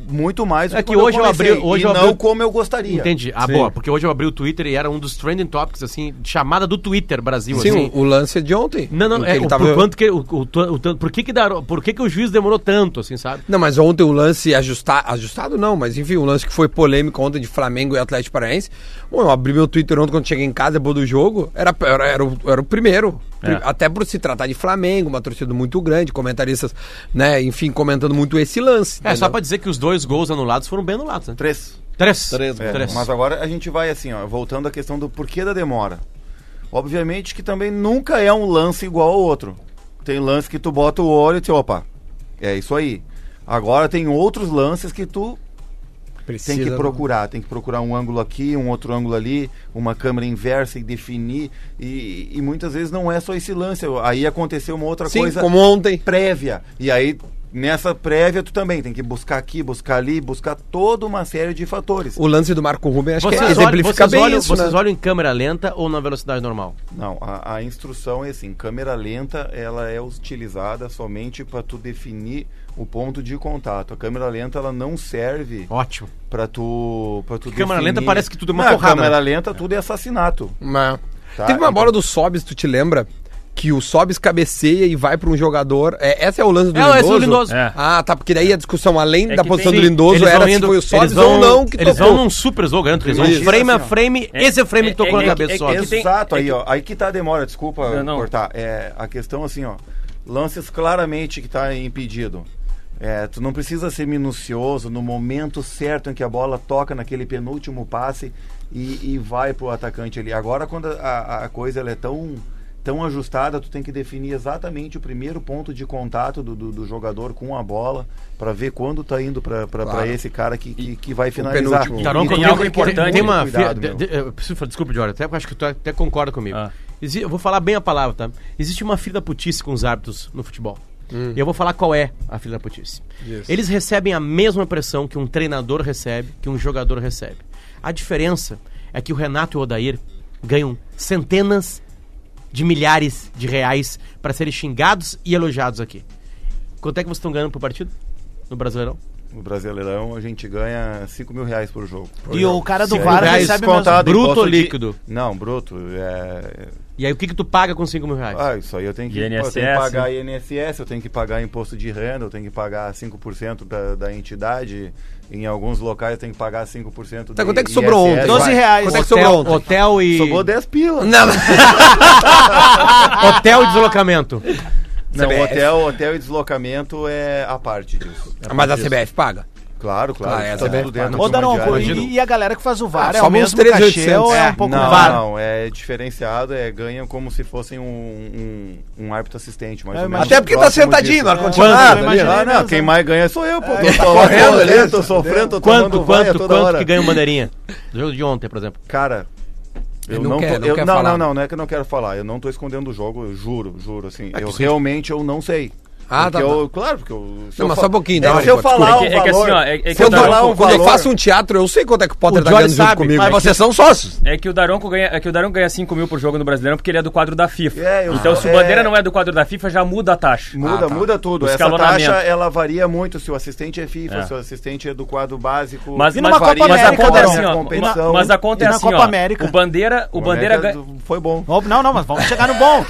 Speaker 4: Muito mais do
Speaker 7: É que
Speaker 4: quando
Speaker 7: hoje eu abri-
Speaker 4: comecei,
Speaker 7: hoje
Speaker 4: e
Speaker 7: eu
Speaker 4: não
Speaker 7: abri-
Speaker 4: como eu gostaria.
Speaker 7: Entendi. Ah, boa, porque hoje eu abri o Twitter e era um dos trending topics, assim, de chamada do Twitter Brasil,
Speaker 1: Sim,
Speaker 7: assim.
Speaker 1: o, o lance de ontem.
Speaker 7: Não,
Speaker 1: em
Speaker 7: não,
Speaker 1: que
Speaker 7: é,
Speaker 1: ele
Speaker 7: o-
Speaker 1: tava-
Speaker 7: por quanto que. O, o, o, tanto- por que que, dar, por que que o juiz demorou tanto, assim, sabe?
Speaker 1: Não, mas ontem o lance ajustar, ajustado não, mas enfim, o lance que foi polêmico ontem de Flamengo e Atlético Paranaense. Bom, eu abri meu Twitter ontem quando cheguei em casa, depois do jogo, era, era, era, o, era o primeiro.
Speaker 7: É.
Speaker 1: Pri- Até por se tratar de Flamengo, uma torcida muito grande, comentaristas, né, enfim, comentando muito esse lance.
Speaker 7: É, só
Speaker 1: entendeu?
Speaker 7: pra dizer que os dois gols anulados foram bem anulados, né?
Speaker 4: Três.
Speaker 7: Três.
Speaker 4: É,
Speaker 7: Três.
Speaker 4: Mas agora a gente vai assim, ó, voltando à questão do porquê da demora. Obviamente que também nunca é um lance igual ao outro. Tem lance que tu bota o olho e tu, opa, é isso aí. Agora tem outros lances que tu tem que
Speaker 1: Precisa-
Speaker 4: procurar, tem que procurar um ângulo aqui, um outro ângulo ali, uma câmera inversa e definir. E, e muitas vezes não é só esse lance. Aí aconteceu uma outra
Speaker 1: Sim,
Speaker 4: coisa
Speaker 1: como ontem.
Speaker 4: prévia. E aí, nessa prévia, tu também tem que buscar aqui, buscar ali, buscar toda uma série de fatores.
Speaker 1: O lance do Marco Rubem, acho que
Speaker 7: Vocês, olham,
Speaker 1: exemplifica
Speaker 7: vocês,
Speaker 1: bem
Speaker 7: olham,
Speaker 1: isso,
Speaker 7: vocês
Speaker 1: né?
Speaker 7: olham em câmera lenta ou na velocidade normal?
Speaker 4: Não, a, a instrução é assim, câmera lenta, ela é utilizada somente para tu definir o ponto de contato. A câmera lenta, ela não serve
Speaker 7: Ótimo.
Speaker 4: para tu, pra tu
Speaker 7: Porque câmera lenta parece que tudo é uma
Speaker 4: Não,
Speaker 7: porrada,
Speaker 4: câmera
Speaker 7: né?
Speaker 4: lenta, tudo é assassinato.
Speaker 1: Mas-
Speaker 4: Tá,
Speaker 1: Teve uma
Speaker 4: então-
Speaker 1: bola do Sobis, tu te lembra? Que o Sobis cabeceia e vai pra um jogador. É, essa é o lance do
Speaker 7: É,
Speaker 1: Lindoso?
Speaker 7: esse é o Lindoso.
Speaker 5: É.
Speaker 1: Ah, tá, porque daí a discussão, além
Speaker 5: É
Speaker 1: da
Speaker 5: que
Speaker 1: posição
Speaker 5: tem-
Speaker 1: do Lindoso,
Speaker 7: Eles
Speaker 1: era
Speaker 7: vão
Speaker 1: se
Speaker 7: indo-
Speaker 1: foi o Sobis
Speaker 7: eles vão-
Speaker 1: ou não que
Speaker 7: Eles
Speaker 1: tocou.
Speaker 7: vão num super jogo, garanto. Eles vão
Speaker 4: Isso,
Speaker 7: frame a
Speaker 4: assim, ó.
Speaker 7: frame,
Speaker 5: É-
Speaker 7: esse frame
Speaker 5: é-
Speaker 7: tocou
Speaker 5: é-
Speaker 7: na
Speaker 5: é-
Speaker 7: cabeça
Speaker 5: é-
Speaker 7: só.
Speaker 5: é- que tem-
Speaker 4: Exato,
Speaker 5: é
Speaker 4: aí,
Speaker 5: que-
Speaker 4: ó. Aí que tá a demora, desculpa
Speaker 5: Não, não.
Speaker 4: cortar. É, a questão, assim, ó. Lances claramente que tá impedido. É, tu não precisa ser minucioso no momento certo em que a bola toca naquele penúltimo passe e, e vai pro atacante ali. Agora, quando a, a coisa ela é tão, tão ajustada, tu tem que definir exatamente o primeiro ponto de contato do, do- do jogador com a bola para ver quando tá indo para
Speaker 1: Claro.
Speaker 4: esse cara que, que, que vai finalizar.
Speaker 1: penúltimo.
Speaker 7: Taronco,
Speaker 5: tem
Speaker 7: tem
Speaker 5: algo
Speaker 7: tem-
Speaker 5: importante.
Speaker 7: um Tem uma.
Speaker 4: Cuidado,
Speaker 7: de-
Speaker 4: meu.
Speaker 7: de- eu preciso falar, desculpa, Jorge, até acho que tu é- até concorda comigo.
Speaker 5: Ah.
Speaker 7: Exi- eu vou falar bem a palavra, tá? Existe uma filha da putice com os árbitros no futebol. E eu vou falar qual é a filha da putice. Eles recebem a mesma pressão que um treinador recebe, que um jogador recebe. A diferença é que o Renato e o Odair ganham centenas de milhares de reais para serem xingados e elogiados aqui. Quanto é que vocês estão ganhando por partido? No Brasileirão?
Speaker 4: No Brasileirão, a gente ganha 5 mil reais por jogo.
Speaker 3: E o cara do
Speaker 4: Sim.
Speaker 3: VAR
Speaker 7: Reais
Speaker 3: recebe
Speaker 4: descontado,
Speaker 7: Bruto
Speaker 4: imposto
Speaker 7: ou
Speaker 4: de-
Speaker 7: líquido?
Speaker 4: Não, bruto. É...
Speaker 7: E aí o que que tu paga com 5 mil reais?
Speaker 4: Ah, isso aí eu tenho que, eu tenho
Speaker 5: INSS,
Speaker 4: que pagar INSS, eu tenho que pagar imposto de renda, eu tenho que pagar 5% da, da entidade. Em alguns locais eu tenho que pagar 5%
Speaker 1: Tá,
Speaker 4: de
Speaker 1: quanto é que sobrou
Speaker 4: INSS,
Speaker 1: ontem?
Speaker 4: vai.
Speaker 3: 12 reais.
Speaker 1: Quanto é que sobrou
Speaker 7: Hotel,
Speaker 1: ontem?
Speaker 7: hotel e.
Speaker 4: Sobrou 10 pila.
Speaker 1: Não,
Speaker 7: Hotel e deslocamento.
Speaker 4: Não,
Speaker 1: CBF.
Speaker 4: hotel, hotel e deslocamento é a parte disso.
Speaker 1: mas a CBF paga.
Speaker 4: Claro, claro.
Speaker 1: Ah, é,
Speaker 4: isso tá
Speaker 1: também.
Speaker 4: tudo dentro de
Speaker 3: Ô,
Speaker 4: uma
Speaker 3: Daronco,
Speaker 4: diária.
Speaker 3: e, e a galera que faz o VAR
Speaker 1: Ah,
Speaker 3: é o
Speaker 1: soma uns
Speaker 3: mesmo
Speaker 1: 3,800.
Speaker 3: cachê ou é um
Speaker 1: É,
Speaker 7: né?
Speaker 3: pouco
Speaker 4: não,
Speaker 3: VAR?
Speaker 4: não, é diferenciado, é ganha como se fossem um, um, um árbitro assistente, mais
Speaker 3: Eu
Speaker 4: ou menos.
Speaker 3: imagino.
Speaker 6: Até porque tá
Speaker 4: Próximo
Speaker 6: sentadinho
Speaker 4: disso.
Speaker 6: no
Speaker 3: Quanto?
Speaker 6: ar-condicionado.
Speaker 3: Eu
Speaker 6: ali,
Speaker 3: imagino.
Speaker 6: ó.
Speaker 4: Ah, não,
Speaker 3: Beleza.
Speaker 4: quem mais ganha sou eu, pô. tô tô
Speaker 6: correndo
Speaker 4: correndo
Speaker 6: ali,
Speaker 4: ali, tô sofrendo, tô
Speaker 7: Quanto,
Speaker 4: tomando vaia
Speaker 7: quanto,
Speaker 4: é toda
Speaker 7: quanto
Speaker 4: hora.
Speaker 7: que ganha o bandeirinha? Do jogo de ontem, por exemplo.
Speaker 4: Cara, eu
Speaker 1: Ele não
Speaker 4: não,
Speaker 1: quer-
Speaker 4: tô-
Speaker 1: não
Speaker 4: eu-
Speaker 1: quer
Speaker 4: não,
Speaker 1: falar.
Speaker 4: não, não, não é que eu não quero falar. Eu não tô escondendo o jogo, eu juro, juro, assim. eu realmente eu não sei.
Speaker 1: É Ah,
Speaker 4: Porque
Speaker 1: tá,
Speaker 4: eu- Claro, porque eu. se
Speaker 1: Não,
Speaker 4: eu
Speaker 1: mas
Speaker 4: fa-
Speaker 1: só um pouquinho,
Speaker 4: É,
Speaker 1: dá
Speaker 4: se eu
Speaker 1: desculpa.
Speaker 4: falar
Speaker 5: É que-
Speaker 4: um
Speaker 5: é que assim,
Speaker 4: valor-
Speaker 5: ó, é- é que
Speaker 4: se
Speaker 5: eu
Speaker 4: eu
Speaker 1: Quando, eu,
Speaker 5: tava-
Speaker 4: falar um
Speaker 1: quando eu
Speaker 4: valor-
Speaker 1: faço um teatro, eu sei quanto é que o Potter
Speaker 7: O
Speaker 1: tá
Speaker 7: Jory
Speaker 1: ganhando junto
Speaker 7: sabe,
Speaker 1: comigo.
Speaker 7: mas
Speaker 1: Mas vocês são sócios.
Speaker 5: É que o Daronco ganha, é que o Daronco ganha 5 mil por jogo no Brasileirão porque ele é do quadro da FIFA.
Speaker 4: É, eu-
Speaker 5: então se o
Speaker 4: é-
Speaker 5: Bandeira não é do quadro da FIFA, já muda a taxa.
Speaker 4: Muda,
Speaker 1: Ah, tá.
Speaker 4: muda tudo.
Speaker 5: O
Speaker 4: Essa
Speaker 5: escalonamento.
Speaker 4: taxa, ela varia muito se o assistente é FIFA,
Speaker 5: É.
Speaker 4: se o assistente é do quadro básico.
Speaker 5: Mas,
Speaker 3: E
Speaker 5: mas,
Speaker 3: numa Copa
Speaker 5: mas a
Speaker 3: América,
Speaker 5: conta é
Speaker 3: Daronco?
Speaker 5: assim, ó.
Speaker 4: Competição.
Speaker 5: Uma, mas a conta é
Speaker 3: E na
Speaker 5: assim,
Speaker 3: Copa
Speaker 5: ó.
Speaker 3: América?
Speaker 5: O Bandeira, o
Speaker 4: O
Speaker 5: Bandeira
Speaker 4: América
Speaker 5: ganha-
Speaker 4: foi bom.
Speaker 3: Ô, Não, não, mas vamos chegar no bom.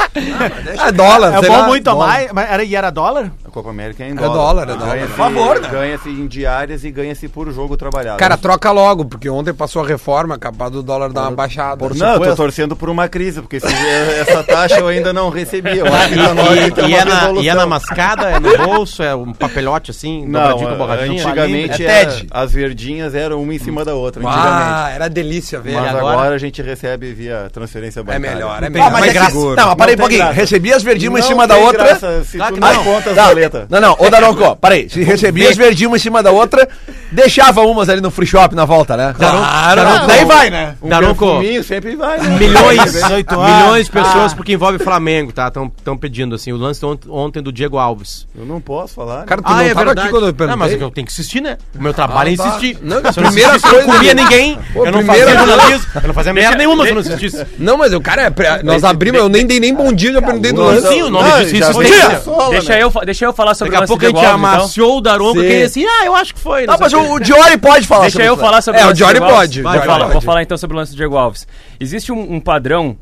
Speaker 1: É dólar,
Speaker 3: É
Speaker 1: sei
Speaker 3: bom
Speaker 1: lá,
Speaker 3: muito a
Speaker 1: dólar.
Speaker 3: mais. mas Era, e era dólar?
Speaker 4: A Copa América é em
Speaker 1: É
Speaker 4: dólar.
Speaker 1: dólar, é dólar.
Speaker 4: Ganha-se-
Speaker 1: Por favor, né?
Speaker 4: Ganha-se em diárias e ganha-se por jogo trabalhado.
Speaker 1: Cara, troca logo, porque ontem passou a reforma, capaz do dólar dar uma baixada.
Speaker 4: Não, eu tô torcendo por uma crise, porque esse- essa taxa eu ainda não recebi. Eu acho que tá na hora de ter
Speaker 7: E, e- e
Speaker 4: uma
Speaker 7: é na, e é
Speaker 4: resolução.
Speaker 7: na mascada, é no bolso, é um papelote assim, dobradinho com
Speaker 4: Não, é,
Speaker 7: borrachinha.
Speaker 4: antigamente
Speaker 7: É
Speaker 4: era-
Speaker 7: TED.
Speaker 4: as verdinhas eram uma em cima da outra, antigamente.
Speaker 1: Ah, era delícia, velho.
Speaker 4: Mas
Speaker 7: e
Speaker 4: agora?
Speaker 7: agora?
Speaker 4: a gente recebe via transferência
Speaker 1: É
Speaker 4: bancária.
Speaker 1: melhor, é
Speaker 6: Ah,
Speaker 1: melhor.
Speaker 6: mas
Speaker 1: mais
Speaker 6: é que,
Speaker 1: seguro.
Speaker 6: não, mas parei um
Speaker 4: Não tem
Speaker 6: pouquinho.
Speaker 4: graça.
Speaker 6: Recebi as verdinhas uma em
Speaker 4: Não
Speaker 6: cima da
Speaker 4: tem
Speaker 6: outra.
Speaker 4: graça se tu
Speaker 7: Claro que
Speaker 4: não
Speaker 7: não.
Speaker 4: conta as
Speaker 6: Não,
Speaker 4: boletas.
Speaker 6: Não, não, ô Daronco, ó, parei. Se recebi as verdinhas uma em cima da outra, Deixava umas ali no free shop na volta, né?
Speaker 7: Claro.
Speaker 6: Daronco- Daí vai, né?
Speaker 4: Um
Speaker 7: É. Daronco.
Speaker 4: perfuminho sempre vai, né?
Speaker 7: Milhões,
Speaker 3: 18 anos.
Speaker 7: milhões de pessoas, porque envolve Flamengo, tá? Estão pedindo, assim, o lance ont- ontem do Diego Alves.
Speaker 4: Eu não posso falar. né?
Speaker 1: Cara, tu não tava aqui quando eu perguntei.
Speaker 7: Ah, é Não, mas eu tenho que insistir, né? O meu trabalho é insistir.
Speaker 1: Não,
Speaker 7: Se eu não
Speaker 1: primeira
Speaker 7: insistisse, eu
Speaker 1: coisa-
Speaker 7: não comia ninguém,
Speaker 1: Pô,
Speaker 7: eu não
Speaker 1: primeira-
Speaker 7: fazia jornalismo, eu não fazia merda nenhuma se eu não insistisse.
Speaker 1: Não, mas o cara, é pre- nós abrimos, eu nem dei nem bom dia, já
Speaker 4: Tá
Speaker 1: perguntei do
Speaker 4: Não,
Speaker 1: lance.
Speaker 7: Sim, o nome
Speaker 4: não,
Speaker 7: disso
Speaker 4: já
Speaker 7: existe.
Speaker 4: foi na sola,
Speaker 5: Deixa,
Speaker 4: né?
Speaker 5: eu, fa- deixa eu falar sobre
Speaker 7: Daqui a
Speaker 5: lance
Speaker 7: pouco
Speaker 5: de
Speaker 7: a gente
Speaker 5: Diego Alves, então.
Speaker 7: amassou o Daronco,
Speaker 1: Sim.
Speaker 7: que ele assim, ah, eu acho que foi.
Speaker 6: Ah,
Speaker 7: sei
Speaker 6: mas
Speaker 7: o quê.
Speaker 6: o, o Diori pode falar.
Speaker 5: Deixa
Speaker 6: sobre
Speaker 5: eu
Speaker 6: isso. né?
Speaker 5: falar sobre
Speaker 1: É, o
Speaker 5: lance do
Speaker 1: Diori
Speaker 5: Diego Alves.
Speaker 1: pode.
Speaker 5: Vai,
Speaker 1: Diori
Speaker 5: fala,
Speaker 1: pode.
Speaker 5: Vou falar então sobre o lance do Diego Alves. Existe um, um padrão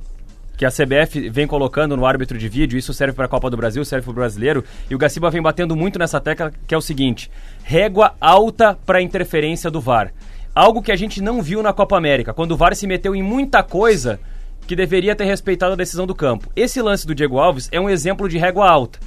Speaker 5: que a CBF vem colocando no árbitro de vídeo, isso serve para a Copa do Brasil, serve para o brasileiro, e o Gaciba vem batendo muito nessa tecla, que é o seguinte: régua alta para interferência do VAR. Algo que a gente não viu na Copa América, quando o VAR se meteu em muita coisa que deveria ter respeitado a decisão do campo. Esse lance do Diego Alves é um exemplo de régua alta.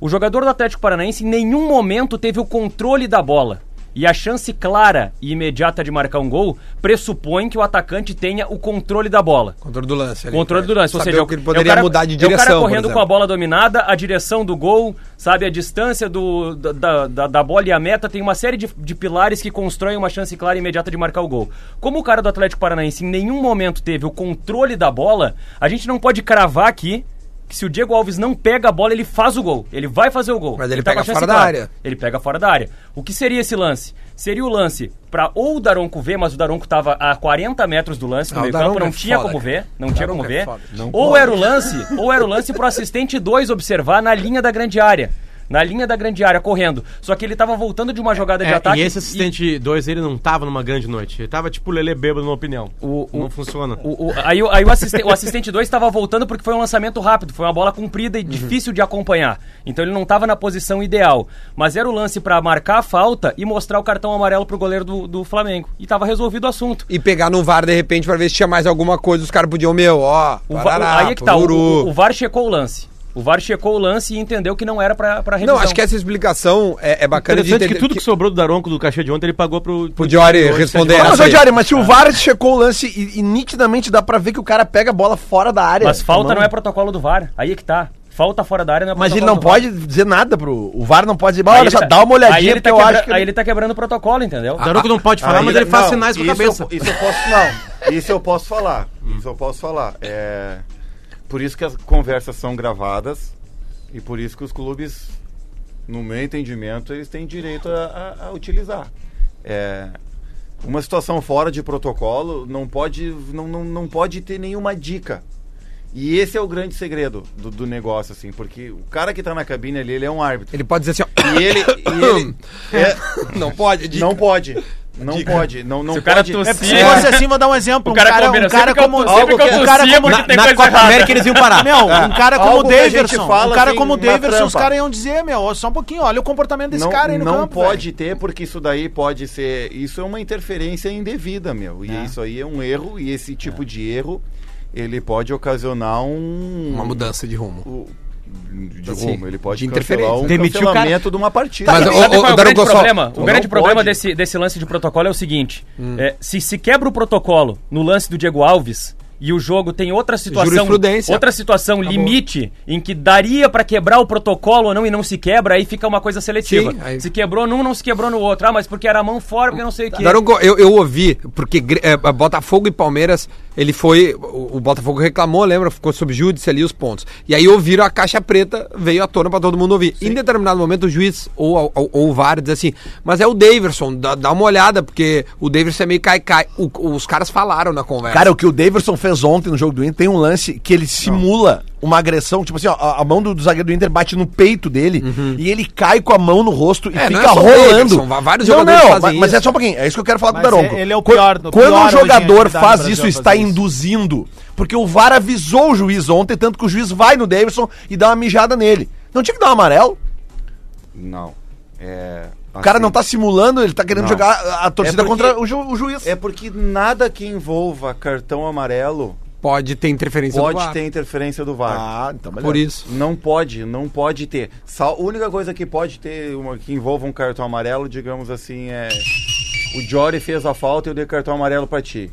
Speaker 5: O jogador do Atlético Paranaense em nenhum momento teve o controle da bola. E a chance clara e imediata de marcar um gol pressupõe que o atacante tenha o controle da bola.
Speaker 1: Controle do lance. ali. né?
Speaker 5: Controle do lance, ou
Speaker 1: Saber
Speaker 5: seja,
Speaker 1: o que ele
Speaker 5: é
Speaker 1: poderia
Speaker 5: cara-
Speaker 1: mudar de
Speaker 5: É o cara
Speaker 1: direção, por
Speaker 5: correndo com
Speaker 1: exemplo.
Speaker 5: a bola dominada, a direção do gol, sabe, a distância do, da- da, da, da bola e a meta, tem uma série de, de pilares que constroem uma chance clara e imediata de marcar o gol. Como o cara do Atlético Paranaense em nenhum momento teve o controle da bola, a gente não pode cravar aqui que se o Diego Alves não pega a bola, ele faz o gol. Ele vai fazer o gol.
Speaker 1: Mas ele
Speaker 5: tá
Speaker 1: pega
Speaker 5: com a chance
Speaker 1: fora da
Speaker 5: clara.
Speaker 1: área.
Speaker 5: Ele pega fora da área. O que seria esse lance? Seria o lance para ou o Daronco ver, mas o Daronco tava a 40 metros do lance,
Speaker 1: Ah,
Speaker 5: no
Speaker 1: o
Speaker 5: meio campo,
Speaker 1: Daronco
Speaker 5: não
Speaker 1: é
Speaker 5: tinha
Speaker 1: foda,
Speaker 5: como
Speaker 1: cara.
Speaker 5: ver, não tinha como
Speaker 1: é
Speaker 5: ver.
Speaker 1: foda.
Speaker 5: Ou era o lance, ou era o lance pro assistente 2 observar na linha da grande área. Na linha da grande área, correndo. Só que ele tava voltando de uma jogada de
Speaker 7: É,
Speaker 5: ataque.
Speaker 7: e esse assistente 2, ele não tava numa grande noite. Ele tava tipo Lele bêbado, na opinião.
Speaker 5: O- o-
Speaker 7: não funciona.
Speaker 5: O- o- aí o- aí o, assiste- o assistente 2 estava voltando porque foi um lançamento rápido, foi uma bola comprida e difícil de acompanhar. Então ele não estava na posição ideal. Mas era o lance para marcar a falta e mostrar o cartão amarelo pro goleiro do, do Flamengo. E estava resolvido o assunto.
Speaker 1: E pegar no VAR, de repente, pra ver se tinha mais alguma coisa, os caras podiam, meu, ó,
Speaker 5: O va-
Speaker 1: parará,
Speaker 5: aí é que tá, o,
Speaker 1: pururu.
Speaker 5: o- o VAR checou o lance. O VAR checou o lance e entendeu que não era para revisão.
Speaker 1: Não, acho que essa explicação é, é bacana de
Speaker 7: Interessante
Speaker 1: entender.
Speaker 7: que tudo que, sobrou do Daronco do cachê de ontem, ele pagou pro...
Speaker 1: Pro Diori responder é assim.
Speaker 6: Não, mas,
Speaker 1: essa
Speaker 6: ô,
Speaker 1: aí.
Speaker 6: Diori, mas se
Speaker 5: Ah.
Speaker 6: o VAR checou o lance e, e nitidamente dá pra ver que o cara pega a bola fora da área.
Speaker 5: Mas falta
Speaker 6: Tomando-
Speaker 5: não é protocolo do VAR. Aí é que tá. Falta fora da área não é
Speaker 6: Mas ele
Speaker 5: protocolo
Speaker 6: não
Speaker 5: do VAR.
Speaker 6: pode dizer nada pro. O VAR não pode dizer,
Speaker 5: Aí
Speaker 6: olha
Speaker 5: ele
Speaker 6: só,
Speaker 5: tá-
Speaker 6: dá uma
Speaker 5: aí
Speaker 6: olhadinha,
Speaker 5: ele
Speaker 6: porque
Speaker 5: tá
Speaker 6: eu
Speaker 5: quebra-
Speaker 6: acho que. Ah,
Speaker 5: Aí ele tá quebrando o prototolo, entendeu?
Speaker 7: O Daronco não pode falar,
Speaker 4: Aí
Speaker 7: mas ele faz
Speaker 4: né? Ah, não,
Speaker 7: sinais com a
Speaker 4: isso
Speaker 7: cabeça.
Speaker 4: eu- isso eu posso, não. Isso eu posso falar. Isso eu posso falar. É, por isso que as conversas são gravadas e por isso que os clubes, no meu entendimento, eles têm direito a, a- a utilizar. É, uma situação fora de protocolo não pode, não, não, não pode ter nenhuma dica. E esse é o grande segredo do, do negócio, assim, porque o cara que tá na cabine ali, ele é um árbitro.
Speaker 1: Ele pode dizer assim, ó.
Speaker 4: E ele. E ele é-
Speaker 1: Não pode, dica.
Speaker 4: não pode. Não pode. Não, não
Speaker 5: Se o cara
Speaker 4: pode.
Speaker 5: tossir-
Speaker 3: É, se
Speaker 5: É.
Speaker 3: fosse assim, vou dar um exemplo.
Speaker 5: O cara
Speaker 3: um cara,
Speaker 5: combina,
Speaker 3: um cara
Speaker 5: sempre que eu
Speaker 3: como
Speaker 5: tô- sempre
Speaker 3: algo
Speaker 5: que eu
Speaker 3: um cara
Speaker 5: tossia,
Speaker 3: como
Speaker 5: porque tem
Speaker 7: Na
Speaker 5: coisa
Speaker 7: Copa
Speaker 5: errada.
Speaker 7: América eles iam parar. É.
Speaker 3: Meu, um cara como o
Speaker 4: Algo que a gente
Speaker 3: Daverson, um
Speaker 4: fala,
Speaker 3: cara
Speaker 4: assim,
Speaker 3: como o
Speaker 4: uma
Speaker 3: Daverson, os
Speaker 4: trampa.
Speaker 3: caras iam dizer, meu, ó, só um pouquinho, olha o comportamento desse
Speaker 4: não,
Speaker 3: cara aí no
Speaker 4: não
Speaker 3: campo,
Speaker 4: pode ter, porque isso daí pode ser. Isso é uma interferência indevida, meu. E isso aí é um erro, e esse tipo de erro ele pode ocasionar um.
Speaker 1: Uma mudança de rumo.
Speaker 4: o- de
Speaker 1: Assim,
Speaker 4: rumo, ele pode
Speaker 1: de
Speaker 4: cancelar
Speaker 1: interferência.
Speaker 4: um
Speaker 7: Demitiu o cara.
Speaker 4: cancelamento de uma partida.
Speaker 1: Mas,
Speaker 5: Sabe
Speaker 1: ô,
Speaker 5: qual é
Speaker 1: ô,
Speaker 5: o grande
Speaker 1: Daronco, só-
Speaker 5: problema? O
Speaker 4: não
Speaker 5: grande problema
Speaker 4: pode.
Speaker 5: desse, desse lance de protocolo é o seguinte:
Speaker 6: Hum.
Speaker 5: é, se se quebra o protocolo no lance do Diego Alves e o jogo tem outra situação,
Speaker 1: Jurisprudência.
Speaker 5: outra situação limite em que daria pra quebrar o protocolo ou não e não se quebra, aí fica uma coisa seletiva.
Speaker 1: Sim, aí-
Speaker 5: Se quebrou num, não se quebrou no outro. Ah, mas porque era a mão fora, porque não sei o que.
Speaker 1: Daronco, eu, eu ouvi, porque Gre- é, Botafogo e Palmeiras, ele foi. O, o Botafogo reclamou, lembra? Ficou sob júdice ali os pontos. E aí ouviram a caixa preta, veio à tona pra todo mundo ouvir. Em determinado momento, o juiz ou, ou, ou o VAR diz assim: Mas é o Daverson, dá, dá uma olhada, porque o Daverson é meio cai-cai. O- Os caras falaram na conversa.
Speaker 6: Cara, o que o Davidson fez ontem no jogo do Inter tem um lance que ele simula uma agressão, tipo assim, ó, a, a mão do, do zagueiro do Inter bate no peito dele e ele cai com a mão no rosto e
Speaker 1: É, não
Speaker 6: fica
Speaker 1: é só o
Speaker 6: rolando.
Speaker 1: Davidson, va- vários
Speaker 6: não,
Speaker 1: jogadores
Speaker 6: não,
Speaker 1: fazem
Speaker 6: mas, mas
Speaker 1: isso.
Speaker 6: é só um pouquinho, é isso que eu quero falar com o
Speaker 3: Mas
Speaker 6: Daronco.
Speaker 3: é- ele é o pior do-
Speaker 6: Quando
Speaker 3: pior
Speaker 6: um
Speaker 3: hoje em
Speaker 6: jogador
Speaker 3: atividade no
Speaker 6: faz
Speaker 3: Brasil
Speaker 6: isso,
Speaker 3: fazer
Speaker 6: está
Speaker 3: isso.
Speaker 6: induzindo, porque o VAR avisou o juiz ontem, tanto que o juiz vai no Davidson e dá uma mijada nele. Não tinha que dar um amarelo?
Speaker 4: Não. É,
Speaker 6: O cara
Speaker 1: Assim.
Speaker 6: não tá simulando, ele tá querendo
Speaker 4: Não.
Speaker 6: jogar a, a torcida
Speaker 1: É
Speaker 4: porque-
Speaker 6: contra o, ju- o juiz.
Speaker 4: É porque nada que envolva cartão amarelo
Speaker 1: Pode ter interferência é do
Speaker 4: pode
Speaker 1: VAR.
Speaker 4: ter interferência do VAR.
Speaker 6: Ah, então beleza.
Speaker 1: Por isso.
Speaker 4: Não pode, não pode ter. Só, a única coisa que pode ter, uma, que envolva um cartão amarelo, digamos assim, é. O Jory fez a falta e eu dei cartão amarelo pra ti.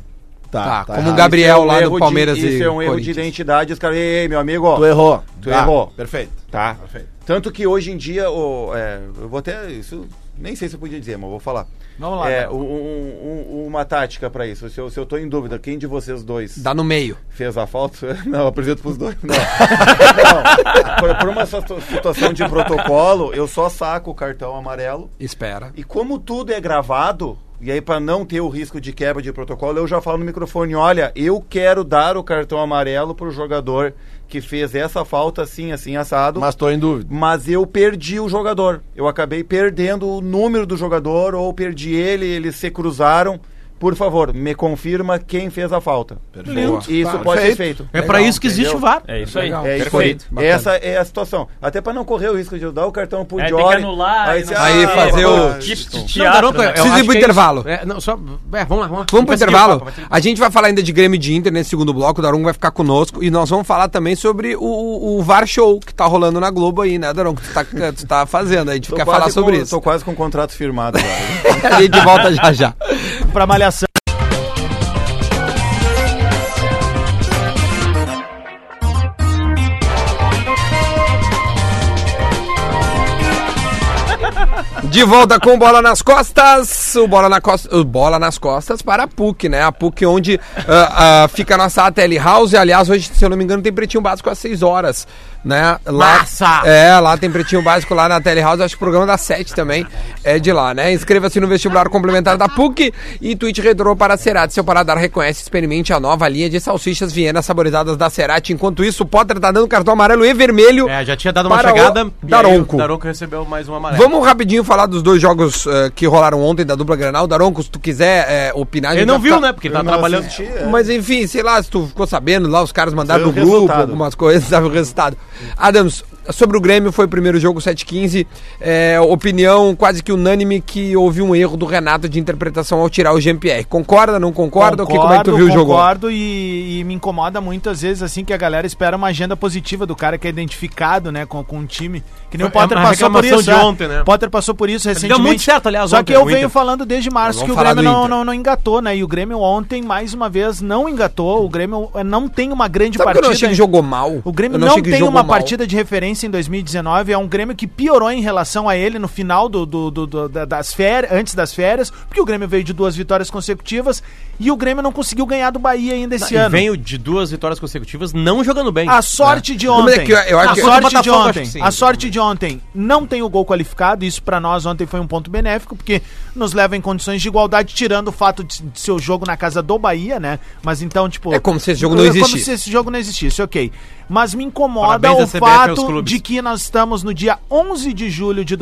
Speaker 1: Tá, como o
Speaker 6: Ah, errado.
Speaker 1: Gabriel
Speaker 4: Isso é um
Speaker 1: lá
Speaker 4: erro
Speaker 1: do Palmeiras
Speaker 4: de,
Speaker 1: e.
Speaker 4: Isso é um erro de
Speaker 1: Corinthians.
Speaker 4: identidade. Os caras, ei, meu amigo, ó.
Speaker 6: Tu errou.
Speaker 4: Tu errou.
Speaker 6: Perfeito.
Speaker 4: Tá. Tanto que hoje em dia, o, é, eu vou até. Isso nem sei se eu podia dizer, mas eu vou falar.
Speaker 3: Vamos lá, né?
Speaker 4: é,
Speaker 3: Gabriel.
Speaker 4: um- um- um- uma tática pra isso. Se eu, se eu tô em dúvida, quem de vocês dois
Speaker 1: Dá no meio.
Speaker 4: fez a falta? Não, eu apresento pros dois. Não. Não. Por, por uma situ- situação de protocolo, eu só saco o cartão amarelo.
Speaker 1: Espera.
Speaker 4: E como tudo é gravado, e aí pra não ter o risco de quebra de protocolo, eu já falo no microfone, olha, eu quero dar o cartão amarelo pro jogador que fez essa falta assim, assim assado.
Speaker 6: Mas tô em dúvida.
Speaker 4: Mas eu perdi o jogador. Eu acabei perdendo o número do jogador ou perdi ele, eles se cruzaram. Por favor, me confirma quem fez a falta.
Speaker 1: Boa.
Speaker 4: E Isso
Speaker 1: Tá.
Speaker 4: pode ser
Speaker 6: Perfeito.
Speaker 4: feito.
Speaker 7: É pra isso que existe o VAR.
Speaker 5: É isso aí.
Speaker 1: Legal.
Speaker 4: É isso aí.
Speaker 1: Perfeito. Bacana.
Speaker 4: Essa é a situação. Até pra não correr o risco de eu dar o cartão pro
Speaker 5: É, tem que
Speaker 4: Diori.
Speaker 5: anular, aí
Speaker 4: você- "Ah,
Speaker 5: não-
Speaker 1: Aí fazer o-
Speaker 5: Tipo de
Speaker 7: Não,
Speaker 5: teatro,
Speaker 7: Daronco, eu
Speaker 5: né?
Speaker 7: acho
Speaker 1: Precisa ir pro
Speaker 7: que é
Speaker 1: intervalo.
Speaker 7: isso. É, não, só, é, vamos lá, vamos
Speaker 1: Vamos
Speaker 4: Tipo
Speaker 7: lá.
Speaker 1: pro
Speaker 4: assim,
Speaker 7: Vai seguir o
Speaker 1: intervalo?
Speaker 7: papo, vai seguir.
Speaker 1: A gente vai falar ainda de Grêmio e de Inter nesse segundo bloco, o Daronco vai ficar conosco e nós vamos falar também sobre o, o, o VAR Show que tá rolando na Globo aí, né, Daronco? Tu tá, tu tá fazendo, a gente
Speaker 4: Tô
Speaker 1: quer
Speaker 4: quase
Speaker 1: falar sobre
Speaker 4: com-
Speaker 1: isso.
Speaker 4: Tô quase com o contrato firmado. cara.
Speaker 1: a gente volta já já.
Speaker 3: Pra malhação.
Speaker 1: De volta com bola nas costas, o bola, na costa, o bola nas costas para a PUC, né? A PUC onde ah, ah, fica a nossa ATL House. Aliás, hoje, se eu não me engano, tem pretinho básico às 6 horas, né? Lá,
Speaker 7: Massa!
Speaker 1: É, lá tem pretinho básico lá na ATL House, acho que o programa das 7 também é de lá, né? Inscreva-se no vestibular complementar da PUC e Twitch retrô para a Cerati. Seu paladar reconhece, experimente a nova linha de salsichas vienas saborizadas da Cerati. Enquanto isso, o Potter tá dando cartão amarelo e vermelho.
Speaker 7: É, já tinha dado uma
Speaker 1: Para o
Speaker 7: chegada. e aí
Speaker 1: Daronco.
Speaker 7: o Daronco recebeu mais uma amarela.
Speaker 1: Vamos rapidinho falar dos dois jogos eh, que rolaram ontem da dupla Granal. Daronco, se tu quiser eh, opinar... a
Speaker 7: Ele
Speaker 1: gente
Speaker 7: não
Speaker 1: vai
Speaker 7: viu,
Speaker 1: ficar-
Speaker 7: né? Porque ele tá
Speaker 4: Eu não
Speaker 7: trabalhando.
Speaker 4: assisti, é.
Speaker 1: Mas enfim, sei lá, se tu ficou sabendo lá, os caras mandaram no
Speaker 4: Saiu o
Speaker 1: grupo
Speaker 4: resultado.
Speaker 1: algumas coisas, sabe o resultado. Adams, sobre o Grêmio, foi o primeiro jogo 7-15. eh, opinião quase que unânime que houve um erro do Renato de interpretação ao tirar o Jean-Pierre. Concorda, não concorda? O que, como é que tu viu o jogo?
Speaker 3: Concordo e, e me incomoda muito às vezes assim que a galera espera uma agenda positiva do cara que é identificado, né, com, com um time. Que nem o
Speaker 7: Foi
Speaker 3: Potter
Speaker 7: É uma
Speaker 3: passou por
Speaker 7: reclamação
Speaker 3: isso.
Speaker 7: de
Speaker 3: é.
Speaker 7: ontem, né?
Speaker 3: Potter passou por isso recentemente.
Speaker 7: muito certo, aliás,
Speaker 3: Só
Speaker 7: ontem,
Speaker 3: que eu
Speaker 7: o
Speaker 3: venho
Speaker 7: Inter.
Speaker 3: falando desde março
Speaker 1: Mas
Speaker 3: que o
Speaker 1: vamos falar
Speaker 3: Grêmio
Speaker 1: do
Speaker 3: não,
Speaker 1: Inter.
Speaker 3: não, não engatou, né? E o Grêmio ontem mais uma vez não engatou. O Grêmio eh, não tem uma grande
Speaker 1: Sabe que eu não achei
Speaker 3: partida.
Speaker 1: que jogou mal?
Speaker 3: O Grêmio
Speaker 1: Eu
Speaker 3: não,
Speaker 1: achei que
Speaker 3: tem
Speaker 1: jogou
Speaker 3: uma
Speaker 1: mal.
Speaker 3: partida de referência em 2019. É um Grêmio que piorou em relação a ele no final do, do- do- do- da- das férias, antes das férias, porque o Grêmio veio de duas vitórias consecutivas e o Grêmio não conseguiu ganhar do Bahia ainda esse
Speaker 7: E
Speaker 3: ano.
Speaker 7: veio de duas vitórias consecutivas não jogando bem. Né?
Speaker 3: A sorte de
Speaker 1: Não, mas é
Speaker 3: ontem.
Speaker 1: que eu- eu acho
Speaker 3: a
Speaker 1: que-
Speaker 7: Contra
Speaker 3: sorte
Speaker 7: o
Speaker 3: de
Speaker 7: Botafogo, acho
Speaker 3: ontem.
Speaker 7: que sim.
Speaker 3: A sorte de ontem não tem o gol qualificado. Isso pra nós ontem foi um ponto benéfico, porque nos leva em condições de igualdade, tirando o fato de, de ser o jogo na casa do Bahia, né? Mas então, tipo.
Speaker 1: É como se esse jogo não
Speaker 3: é Como
Speaker 1: existisse.
Speaker 3: se esse jogo não existisse, ok. Mas me incomoda
Speaker 7: Parabéns à
Speaker 3: o
Speaker 7: CBF e aos
Speaker 3: fato
Speaker 7: clubes.
Speaker 3: de que nós estamos no dia 11 de julho de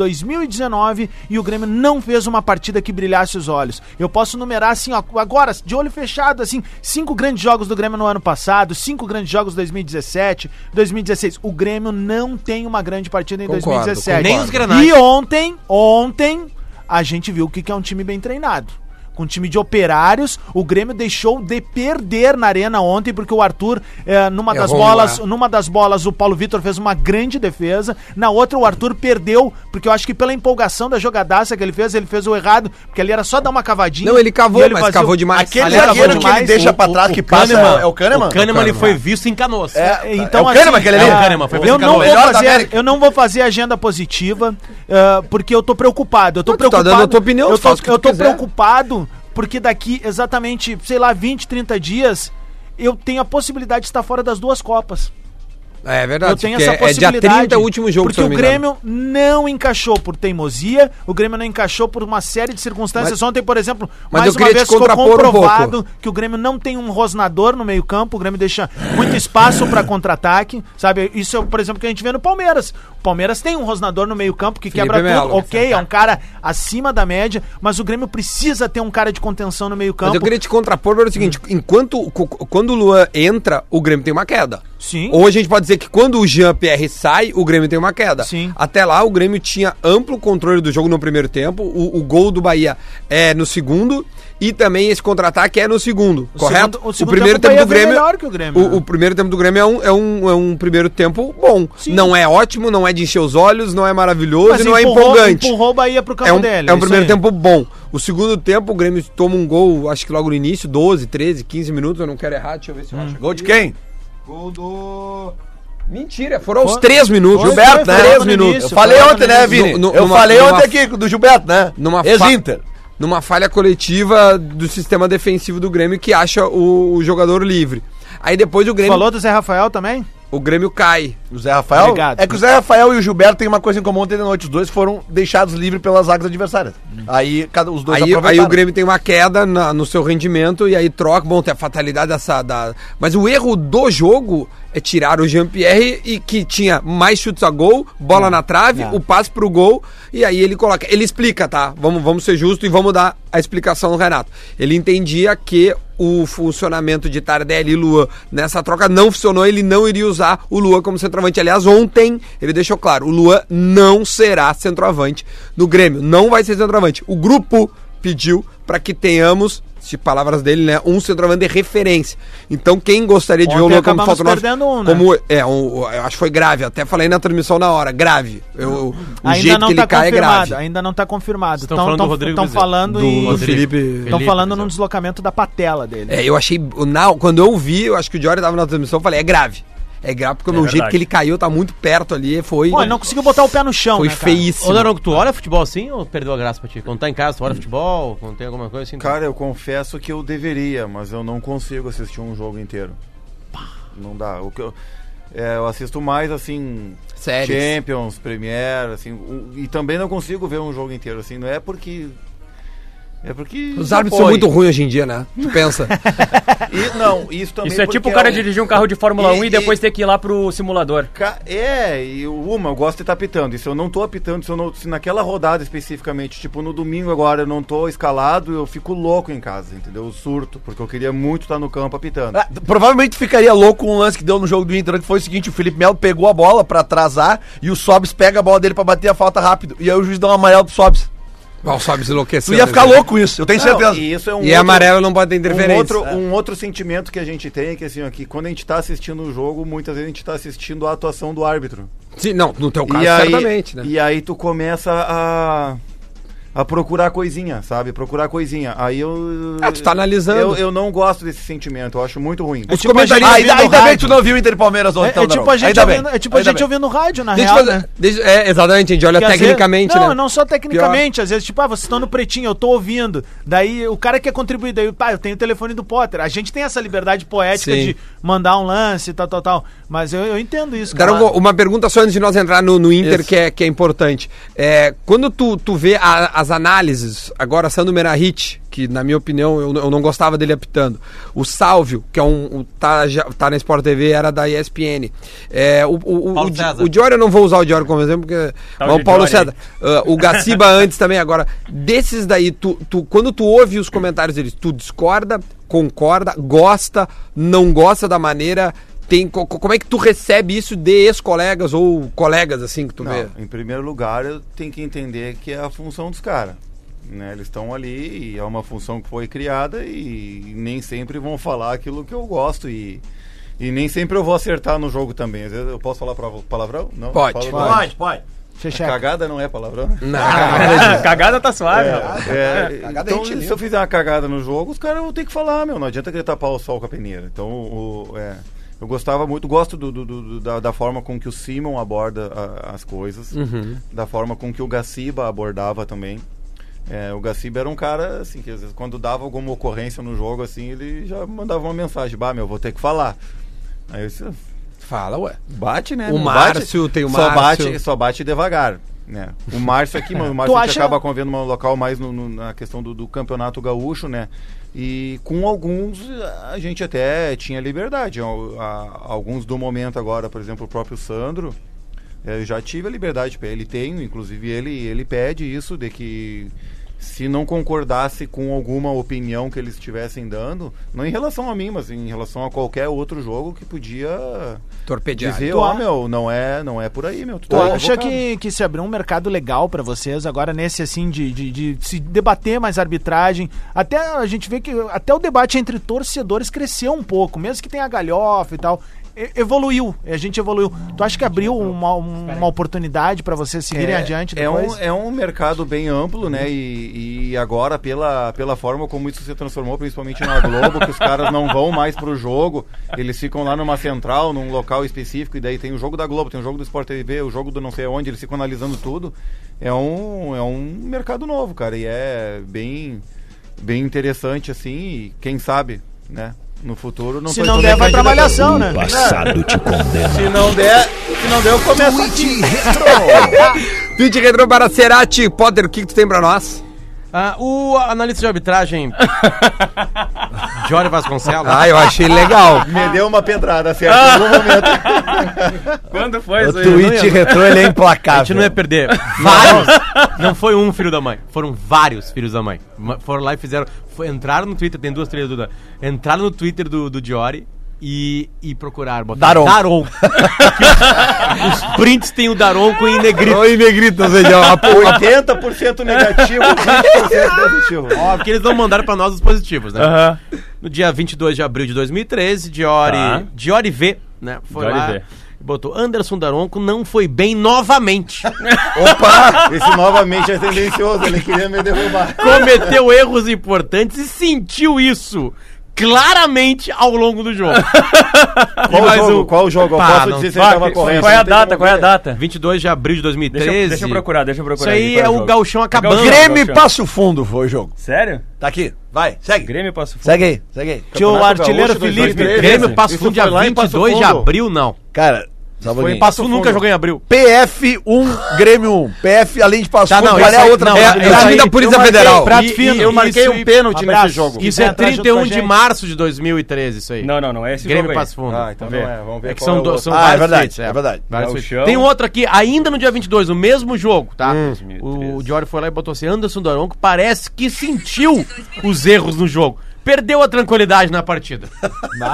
Speaker 3: 2019 e o Grêmio não fez uma partida que brilhasse os olhos. Eu posso numerar assim, ó, agora, de olho fechado, assim, cinco grandes jogos do Grêmio no ano passado, cinco grandes jogos em 2017, 2016. O Grêmio não tem uma grande partida em
Speaker 1: Concordo,
Speaker 3: 2017.
Speaker 7: nem os granais.
Speaker 3: E ontem, ontem, a gente viu o que que é um time bem treinado. Com um time de operários, o Grêmio deixou de perder na arena ontem, porque o Arthur, eh, numa das
Speaker 1: Errou um
Speaker 3: bolas,
Speaker 1: lá.
Speaker 3: numa das bolas, o Paulo Vitor fez uma grande defesa. Na outra, o Arthur perdeu, porque eu acho que pela empolgação da jogadaça que ele fez, ele fez o errado, porque ali era só dar uma cavadinha.
Speaker 1: Não, ele cavou,
Speaker 3: e
Speaker 1: mas
Speaker 3: fazia o-
Speaker 1: cavou demais.
Speaker 6: Aquele
Speaker 3: Aliás,
Speaker 6: zagueiro
Speaker 3: bom
Speaker 6: que ele
Speaker 3: demais,
Speaker 6: deixa
Speaker 3: o-
Speaker 6: pra trás, que passa, é o Kahneman?
Speaker 7: O Kahneman ele
Speaker 1: Kahneman.
Speaker 7: foi visto em Canoas.
Speaker 6: É,
Speaker 3: Então,
Speaker 6: é o Kahneman,
Speaker 3: assim,
Speaker 6: aquele ali?
Speaker 3: ah,
Speaker 7: o Kahneman, foi
Speaker 3: eu,
Speaker 7: pensando que
Speaker 3: não
Speaker 7: era o
Speaker 3: vou
Speaker 6: melhor da
Speaker 3: fazer,
Speaker 6: América.
Speaker 3: eu não vou fazer agenda positiva, ah, porque eu tô preocupado. Eu tô
Speaker 1: Mas tu tá
Speaker 3: preocupado.
Speaker 1: dando a tua opinião,
Speaker 3: eu
Speaker 1: tu
Speaker 3: tô,
Speaker 1: faz o que
Speaker 3: eu
Speaker 1: tu
Speaker 3: tô
Speaker 1: quiser.
Speaker 3: preocupado, porque daqui exatamente, sei lá, 20, 30 dias, eu tenho a possibilidade de estar fora das duas Copas.
Speaker 1: É verdade,
Speaker 3: Eu tenho
Speaker 1: porque
Speaker 3: essa
Speaker 1: é dia
Speaker 3: possibilidade.
Speaker 1: 30 o último jogo, se
Speaker 3: Porque
Speaker 1: eu
Speaker 3: o
Speaker 1: não me engano.
Speaker 3: Grêmio não encaixou por teimosia, o Grêmio não encaixou por uma série de circunstâncias. Ontem, por exemplo,
Speaker 1: mas eu
Speaker 3: mais uma
Speaker 1: queria te
Speaker 3: vez ficou
Speaker 1: contrapor um
Speaker 3: comprovado que o Grêmio não tem um rosnador no meio-campo, o Grêmio deixa muito espaço para contra-ataque, sabe? Isso é, por exemplo, que a gente vê no Palmeiras. O Palmeiras tem um rosnador no meio-campo que
Speaker 1: Felipe
Speaker 3: quebra
Speaker 1: Melo.
Speaker 3: tudo, ok, é um cara acima da média, mas o Grêmio precisa ter um cara de contenção no
Speaker 1: Mas
Speaker 3: meio-campo.
Speaker 1: eu queria te contrapor pelo seguinte:
Speaker 3: Hum.
Speaker 1: enquanto co- quando o Luan entra, o Grêmio tem uma queda.
Speaker 3: Sim.
Speaker 1: Hoje a gente pode dizer que quando o Jean Pierre sai, o Grêmio tem uma queda.
Speaker 3: Sim.
Speaker 1: Até lá, o Grêmio tinha amplo controle do jogo no primeiro tempo. O, o gol do Bahia é no segundo. E também esse contra-ataque é no segundo,
Speaker 3: O
Speaker 1: correto?
Speaker 3: segundo- o segundo
Speaker 1: primeiro
Speaker 3: tempo
Speaker 1: tempo,
Speaker 3: o
Speaker 1: do
Speaker 3: Bahia
Speaker 1: Grêmio.
Speaker 3: foi melhor que o Grêmio,
Speaker 1: o-
Speaker 3: né?
Speaker 1: o primeiro tempo do Grêmio é um, é um, é um primeiro tempo bom.
Speaker 3: Sim.
Speaker 1: Não é ótimo, não é de encher os olhos, não é maravilhoso
Speaker 3: Mas
Speaker 1: e não é
Speaker 3: empurrou,
Speaker 1: empolgante
Speaker 3: empurrou o Bahia pro campo
Speaker 1: é um,
Speaker 3: dele.
Speaker 1: É um
Speaker 3: isso
Speaker 1: primeiro
Speaker 3: aí.
Speaker 1: tempo bom. O segundo tempo, o Grêmio toma um gol, acho que logo no início, 12, 13, 15 minutos, eu não quero errar, deixa eu ver se eu
Speaker 3: Hum.
Speaker 1: acho.
Speaker 6: Gol de quem?
Speaker 1: Gol do... Mentira, foram aos
Speaker 3: Foi-
Speaker 1: 3 minutos.
Speaker 3: foi-
Speaker 6: Gilberto,
Speaker 3: foi-
Speaker 6: né?
Speaker 3: foi
Speaker 1: Três
Speaker 3: no
Speaker 1: minutos.
Speaker 3: início,
Speaker 6: Eu falei
Speaker 3: foi no
Speaker 6: ontem, né,
Speaker 3: início.
Speaker 6: Vini?
Speaker 1: No- no-
Speaker 6: eu
Speaker 1: numa-
Speaker 6: falei
Speaker 1: numa-
Speaker 6: ontem aqui do Gilberto, né?
Speaker 1: Numa fa-
Speaker 6: Ex-Inter.
Speaker 1: numa falha coletiva do sistema defensivo do Grêmio que acha o, o jogador livre. Aí depois o Grêmio,
Speaker 3: Falou do Zé Rafael também?
Speaker 1: o Grêmio cai.
Speaker 6: O Zé Rafael?
Speaker 3: Obrigado.
Speaker 6: É que o Zé Rafael e o Gilberto têm uma coisa em comum ontem de noite. Os dois foram deixados livres pelas águas adversárias. Aí cada, os dois
Speaker 1: Aí, aí o Grêmio tem uma queda na- no seu rendimento e aí troca. Bom, tem a fatalidade dessa. Da... Mas o erro do jogo é tirar o Jean-Pierre e que tinha mais chutes a gol, bola na trave, o passe pro gol. E aí ele coloca. Ele explica, tá? Vamos, vamos ser justos e vamos dar a explicação do Renato. Ele entendia que o funcionamento de Tardelli e Luan nessa troca não funcionou, ele não iria usar o Luan como centroavante. Aliás, ontem ele deixou claro, o Luan não será centroavante no Grêmio, não vai ser centroavante. O grupo pediu para que tenhamos, de palavras dele, né, um centroavante de referência. Então, quem gostaria de ver o
Speaker 3: Ontem
Speaker 1: Luan como
Speaker 3: acabamos
Speaker 1: falta nove,
Speaker 3: perdendo um, né?
Speaker 1: como é, um, eu acho que foi grave, até falei na transmissão na hora, grave. Eu, o jeito que ele cai é
Speaker 3: tá confirmado.
Speaker 1: grave.
Speaker 3: Ainda não tá confirmado.
Speaker 7: Estão falando do Rodrigo
Speaker 3: Estão
Speaker 7: Bezerra.
Speaker 3: falando
Speaker 1: Do-
Speaker 3: em-
Speaker 1: do Felipe-
Speaker 3: Estão falando num
Speaker 7: Bezerra.
Speaker 3: deslocamento da patela dele.
Speaker 1: É, eu achei. Na, quando eu vi, eu acho que o Diori tava na transmissão, eu falei, é grave. É grave, porque o
Speaker 5: verdade.
Speaker 1: jeito que ele caiu tá muito perto ali, foi.
Speaker 3: Pô, ele não conseguiu botar o pé no chão,
Speaker 1: foi
Speaker 3: né, cara?
Speaker 1: feíssimo.
Speaker 7: Ô, Daronco, tu olha futebol assim ou perdeu a graça pra ti? Quando tá em casa, tu olha futebol, quando tem alguma coisa assim? tu-
Speaker 4: Cara, eu confesso que eu deveria, mas eu não consigo assistir um jogo inteiro. Não dá. O que eu, é, eu assisto mais assim.
Speaker 1: Séries.
Speaker 4: Champions, Premier, assim. o- e também não consigo ver um jogo inteiro, assim. Não é porque. É porque.
Speaker 1: Os árbitros são
Speaker 4: apoio.
Speaker 1: muito ruins hoje em dia, né? Tu pensa.
Speaker 4: E, não, isso também.
Speaker 5: Isso é
Speaker 4: porque
Speaker 5: tipo o cara
Speaker 4: um-
Speaker 5: dirigir um carro de Fórmula
Speaker 4: E-
Speaker 5: 1 e
Speaker 4: e-
Speaker 5: depois ter que ir lá pro simulador.
Speaker 4: Ca- É, e o- uma, eu gosto de estar apitando. E se eu não tô apitando, se, eu não, se naquela rodada especificamente, tipo no domingo agora eu não tô escalado, eu fico louco em casa, entendeu? Eu surto, porque eu queria muito estar no campo apitando.
Speaker 6: Ah, provavelmente ficaria louco com um lance que deu no jogo do Inter, que foi o seguinte, o Felipe Melo pegou a bola pra atrasar e o Sobs pega a bola dele pra bater a falta rápido. E aí o juiz dá um amarelo pro Sobs.
Speaker 1: Ó, o Sobs
Speaker 6: Tu
Speaker 1: enlouqueceu.
Speaker 6: ia
Speaker 1: né,
Speaker 6: ficar
Speaker 1: gente?
Speaker 6: louco com isso, eu tenho certeza.
Speaker 4: Não, e isso é um
Speaker 1: E amarelo não pode ter
Speaker 4: um
Speaker 1: interferência. É.
Speaker 4: outro, um outro sentimento que a gente tem, que assim, ó, que quando a gente tá assistindo o jogo, muitas vezes a gente tá assistindo a atuação do árbitro.
Speaker 1: Sim, não, no teu caso,
Speaker 4: e aí,
Speaker 1: certamente, né?
Speaker 4: E aí tu começa a. A procurar coisinha, sabe? Procurar coisinha. Aí eu.
Speaker 1: Ah, tu tá analisando.
Speaker 4: Eu, eu não gosto desse sentimento, eu acho muito ruim.
Speaker 1: Os
Speaker 3: tipo,
Speaker 1: comentaristas-
Speaker 3: a
Speaker 6: Ah,
Speaker 3: gente-
Speaker 6: ainda,
Speaker 3: ouvindo
Speaker 6: ainda bem
Speaker 3: rádio.
Speaker 6: que tu não viu o Inter e Palmeiras
Speaker 1: então
Speaker 3: É,
Speaker 6: ontem,
Speaker 1: tá
Speaker 3: é tipo
Speaker 6: Daronco.
Speaker 3: a gente,
Speaker 6: Ainda bem.
Speaker 3: ouvindo, é tipo a
Speaker 6: Ainda
Speaker 3: gente
Speaker 6: bem.
Speaker 3: ouvindo rádio, na
Speaker 1: Deixa eu
Speaker 3: real,
Speaker 1: fazer-
Speaker 3: né?
Speaker 1: deixa- é, exatamente, a gente olha
Speaker 3: Porque às
Speaker 1: tecnicamente,
Speaker 3: vezes-
Speaker 1: né?
Speaker 3: Não, não só tecnicamente. Às vezes, tipo, ah, vocês estão no pretinho, eu tô ouvindo. Daí o cara quer contribuir, daí, pá, eu tenho o telefone do Potter. A gente tem essa liberdade poética
Speaker 1: Sim.
Speaker 3: de mandar um lance e tal, tal, tal. Mas eu, eu entendo isso, cara.
Speaker 1: Daronco, uma pergunta só antes de nós entrar no, no Inter,
Speaker 6: Isso.
Speaker 1: que é, que é importante. É, quando tu, tu vê a- as análises, agora Sandro Merahit, que na minha opinião eu, n- eu não gostava dele apitando, o Sálvio, que é um. um- tá, já- tá na Sport TV, era da ESPN. É, o, o, o,
Speaker 7: Paulo
Speaker 1: o, Di-
Speaker 7: César.
Speaker 1: o Diori, eu não vou usar o Diori como exemplo, porque.
Speaker 5: Tal
Speaker 1: mas o
Speaker 5: de
Speaker 1: Paulo
Speaker 5: Diori aí.
Speaker 1: César. ah, o Gaciba antes também, agora. Desses daí, tu, tu, quando tu ouve os comentários deles, tu discorda, concorda, gosta, não gosta da maneira. Tem, co- co- como é que tu recebe isso de ex-colegas ou colegas assim que tu vê?
Speaker 4: Não, em primeiro lugar, eu tenho que entender que é a função dos caras. Né? Eles estão ali e é uma função que foi criada e nem sempre vão falar aquilo que eu gosto e, e nem sempre eu vou acertar no jogo também. Às vezes eu posso falar pravo- palavrão? Não?
Speaker 1: Pode.
Speaker 4: Falo
Speaker 6: Pode, pode.
Speaker 3: Fecha.
Speaker 4: Cagada não é palavrão?
Speaker 5: Cagada tá suave.
Speaker 4: É,
Speaker 6: Cagada é
Speaker 4: então,
Speaker 6: gente
Speaker 4: se
Speaker 6: limpa.
Speaker 4: eu fizer uma cagada no jogo, os caras vão ter que falar, meu. Não adianta querer tapar o sol com a peneira. Então, o, é, eu gostava muito, gosto do- do- do- do- da, da forma com que o Simon aborda a- as coisas,
Speaker 1: Uhum.
Speaker 4: da forma com que o Gaciba abordava também. É, o Gaciba era um cara, assim, que às vezes quando dava alguma ocorrência no jogo, assim, ele já mandava uma mensagem: Bah, meu, vou ter que falar. Aí eu disse,
Speaker 1: Fala, ué.
Speaker 4: Bate, né?
Speaker 1: O
Speaker 4: Não
Speaker 1: Márcio, tem o
Speaker 4: só
Speaker 1: Márcio.
Speaker 4: Bate, só bate devagar. Né? O Márcio aqui, mano, o Márcio
Speaker 3: Tu
Speaker 4: a gente
Speaker 3: acha-
Speaker 4: acaba convendo um local mais no- no- na questão do, do campeonato gaúcho, né? E com alguns a gente até tinha liberdade. Al- a- Alguns do momento agora, por exemplo, o próprio Sandro, eh, eu já tive a liberdade pra ele. Tenho, inclusive ele, ele pede isso, de que se não concordasse com alguma opinião que eles estivessem dando, não em relação a mim, mas em relação a qualquer outro jogo que podia
Speaker 1: Torpediário.
Speaker 4: dizer,
Speaker 3: Tu
Speaker 4: ó,
Speaker 3: a-
Speaker 4: meu, não é, não é por aí, meu. Tu
Speaker 3: Tu
Speaker 4: tá
Speaker 3: acha
Speaker 4: equivocado.
Speaker 3: que, que se abriu um mercado legal pra vocês agora nesse assim de, de, de se debater mais arbitragem? Até a gente vê que até o debate entre torcedores cresceu um pouco, mesmo que tenha galhofa e tal. e- evoluiu. A gente evoluiu. Tu acha que abriu uma, um, uma oportunidade pra vocês seguirem adiante
Speaker 4: é
Speaker 3: depois?
Speaker 4: um, é um mercado bem amplo, né? E, e agora, pela, pela forma como isso se transformou, principalmente na Globo, que os caras não vão mais pro jogo, eles ficam lá numa central, num local específico, e daí tem o jogo da Globo, tem o jogo do Sport TV, o jogo do não sei onde, eles ficam analisando tudo. É um, é um mercado novo, cara, e é bem, bem interessante, assim, e quem sabe, né? No futuro não
Speaker 3: Se
Speaker 4: tô
Speaker 3: não
Speaker 4: todo
Speaker 3: der, vai
Speaker 4: candidato-
Speaker 3: trabalhar ação, né?
Speaker 6: Tá, tipo,
Speaker 4: Se não der, se não der, eu começo aqui.
Speaker 1: Tweet retrô para Cerati. Potter, o que, que tu tem pra nós?
Speaker 7: Ah, o analista de arbitragem. Jorge Vasconcelos.
Speaker 1: Ah, eu achei legal.
Speaker 5: Ah.
Speaker 4: Me deu uma pedrada, certo? Em algum momento.
Speaker 5: Quando foi
Speaker 6: O
Speaker 5: isso aí?
Speaker 6: tweet retrô ele é
Speaker 7: A gente não
Speaker 6: implacável.
Speaker 7: ia perder. Vários. não foi um filho da mãe. Foram vários filhos da mãe. Ma- Foram lá e fizeram. foi- entraram no Twitter, tem duas trilhas do Entraram no Twitter do, do Diori e, e procuraram. botaram
Speaker 6: Daron.
Speaker 7: Daron. Que os, os prints tem o Daron com em negrito.
Speaker 1: Oi, negrito, ou seja, uma porra.
Speaker 4: 80% negativo, 20% positivo.
Speaker 7: Ó, Ah, porque eles não mandaram pra nós os positivos, né?
Speaker 5: Aham.
Speaker 7: No dia 22 de abril de 2013, Diori,
Speaker 5: Tá.
Speaker 7: Diori V, né? Foi
Speaker 5: Diori
Speaker 7: lá
Speaker 5: V.
Speaker 7: e botou Anderson Daronco não foi bem novamente.
Speaker 4: Opa! Esse novamente é tendencioso, ele queria me derrubar.
Speaker 7: Cometeu erros importantes e sentiu isso claramente ao longo do jogo.
Speaker 4: Qual
Speaker 7: mais
Speaker 4: jogo?
Speaker 7: um.
Speaker 4: Qual jogo? Eu
Speaker 7: Pá,
Speaker 4: posso
Speaker 7: não-
Speaker 4: dizer se
Speaker 5: Pá,
Speaker 4: ele tava
Speaker 5: que-
Speaker 4: correndo.
Speaker 5: qual é a
Speaker 4: Não tem um. como
Speaker 5: data? Qual é a
Speaker 4: ver.
Speaker 5: data?
Speaker 7: 22 de abril de 2013.
Speaker 5: Deixa eu, deixa eu procurar, deixa eu
Speaker 7: Isso
Speaker 5: procurar. aqui
Speaker 7: aí
Speaker 5: qual
Speaker 7: é o
Speaker 5: jogo.
Speaker 7: galchão acabando.
Speaker 5: Gauchão.
Speaker 6: Grêmio e Passo Fundo foi o jogo.
Speaker 5: Sério?
Speaker 6: Tá aqui, vai, segue.
Speaker 5: Grêmio passou fome.
Speaker 6: Segue aí, segue aí.
Speaker 3: Tinha o
Speaker 4: Campeonato
Speaker 3: artilheiro
Speaker 4: Gaúcho,
Speaker 3: Felipe.
Speaker 4: 2013.
Speaker 7: Grêmio Passo
Speaker 4: Isso
Speaker 7: Fundo dia
Speaker 4: foi lá em Passo
Speaker 7: 22 de
Speaker 4: Fundo.
Speaker 7: abril, não.
Speaker 6: Cara, só um pouquinho.
Speaker 7: Passo Fundo nunca jogou em abril.
Speaker 6: PF1, Grêmio 1. PF, além de Passo
Speaker 7: Tá, não,
Speaker 6: Fundo, qual
Speaker 7: isso
Speaker 6: é a
Speaker 7: aí-
Speaker 6: outra?
Speaker 7: não,
Speaker 1: É,
Speaker 6: Não,
Speaker 1: é o time da Polícia Federal.
Speaker 3: Prato
Speaker 7: E-
Speaker 3: fino.
Speaker 7: e
Speaker 4: Eu marquei
Speaker 7: Isso
Speaker 4: um
Speaker 7: e-
Speaker 4: pênalti
Speaker 3: abraço.
Speaker 4: nesse jogo.
Speaker 3: E-
Speaker 7: Isso é
Speaker 3: Vai entrar junto
Speaker 7: 31
Speaker 3: com a
Speaker 7: de
Speaker 3: gente.
Speaker 7: março de 2013, isso aí.
Speaker 5: Não, não, não. É esse
Speaker 7: Grêmio
Speaker 5: jogo aí.
Speaker 7: Passo Fundo.
Speaker 4: Ah, então não é. Vamos ver
Speaker 7: É que
Speaker 4: qual
Speaker 7: são,
Speaker 4: o
Speaker 7: do,
Speaker 4: outro.
Speaker 7: são
Speaker 6: Ah, é
Speaker 7: vários
Speaker 6: verdade,
Speaker 7: tweets,
Speaker 6: é verdade.
Speaker 7: Vários tweets.
Speaker 5: Gauchão.
Speaker 7: Tem um outro aqui, ainda no dia 22, o mesmo jogo, tá? O
Speaker 5: 2013.
Speaker 7: Diori foi lá e botou assim, Anderson Daronco parece que sentiu os erros no jogo. Perdeu a tranquilidade na partida.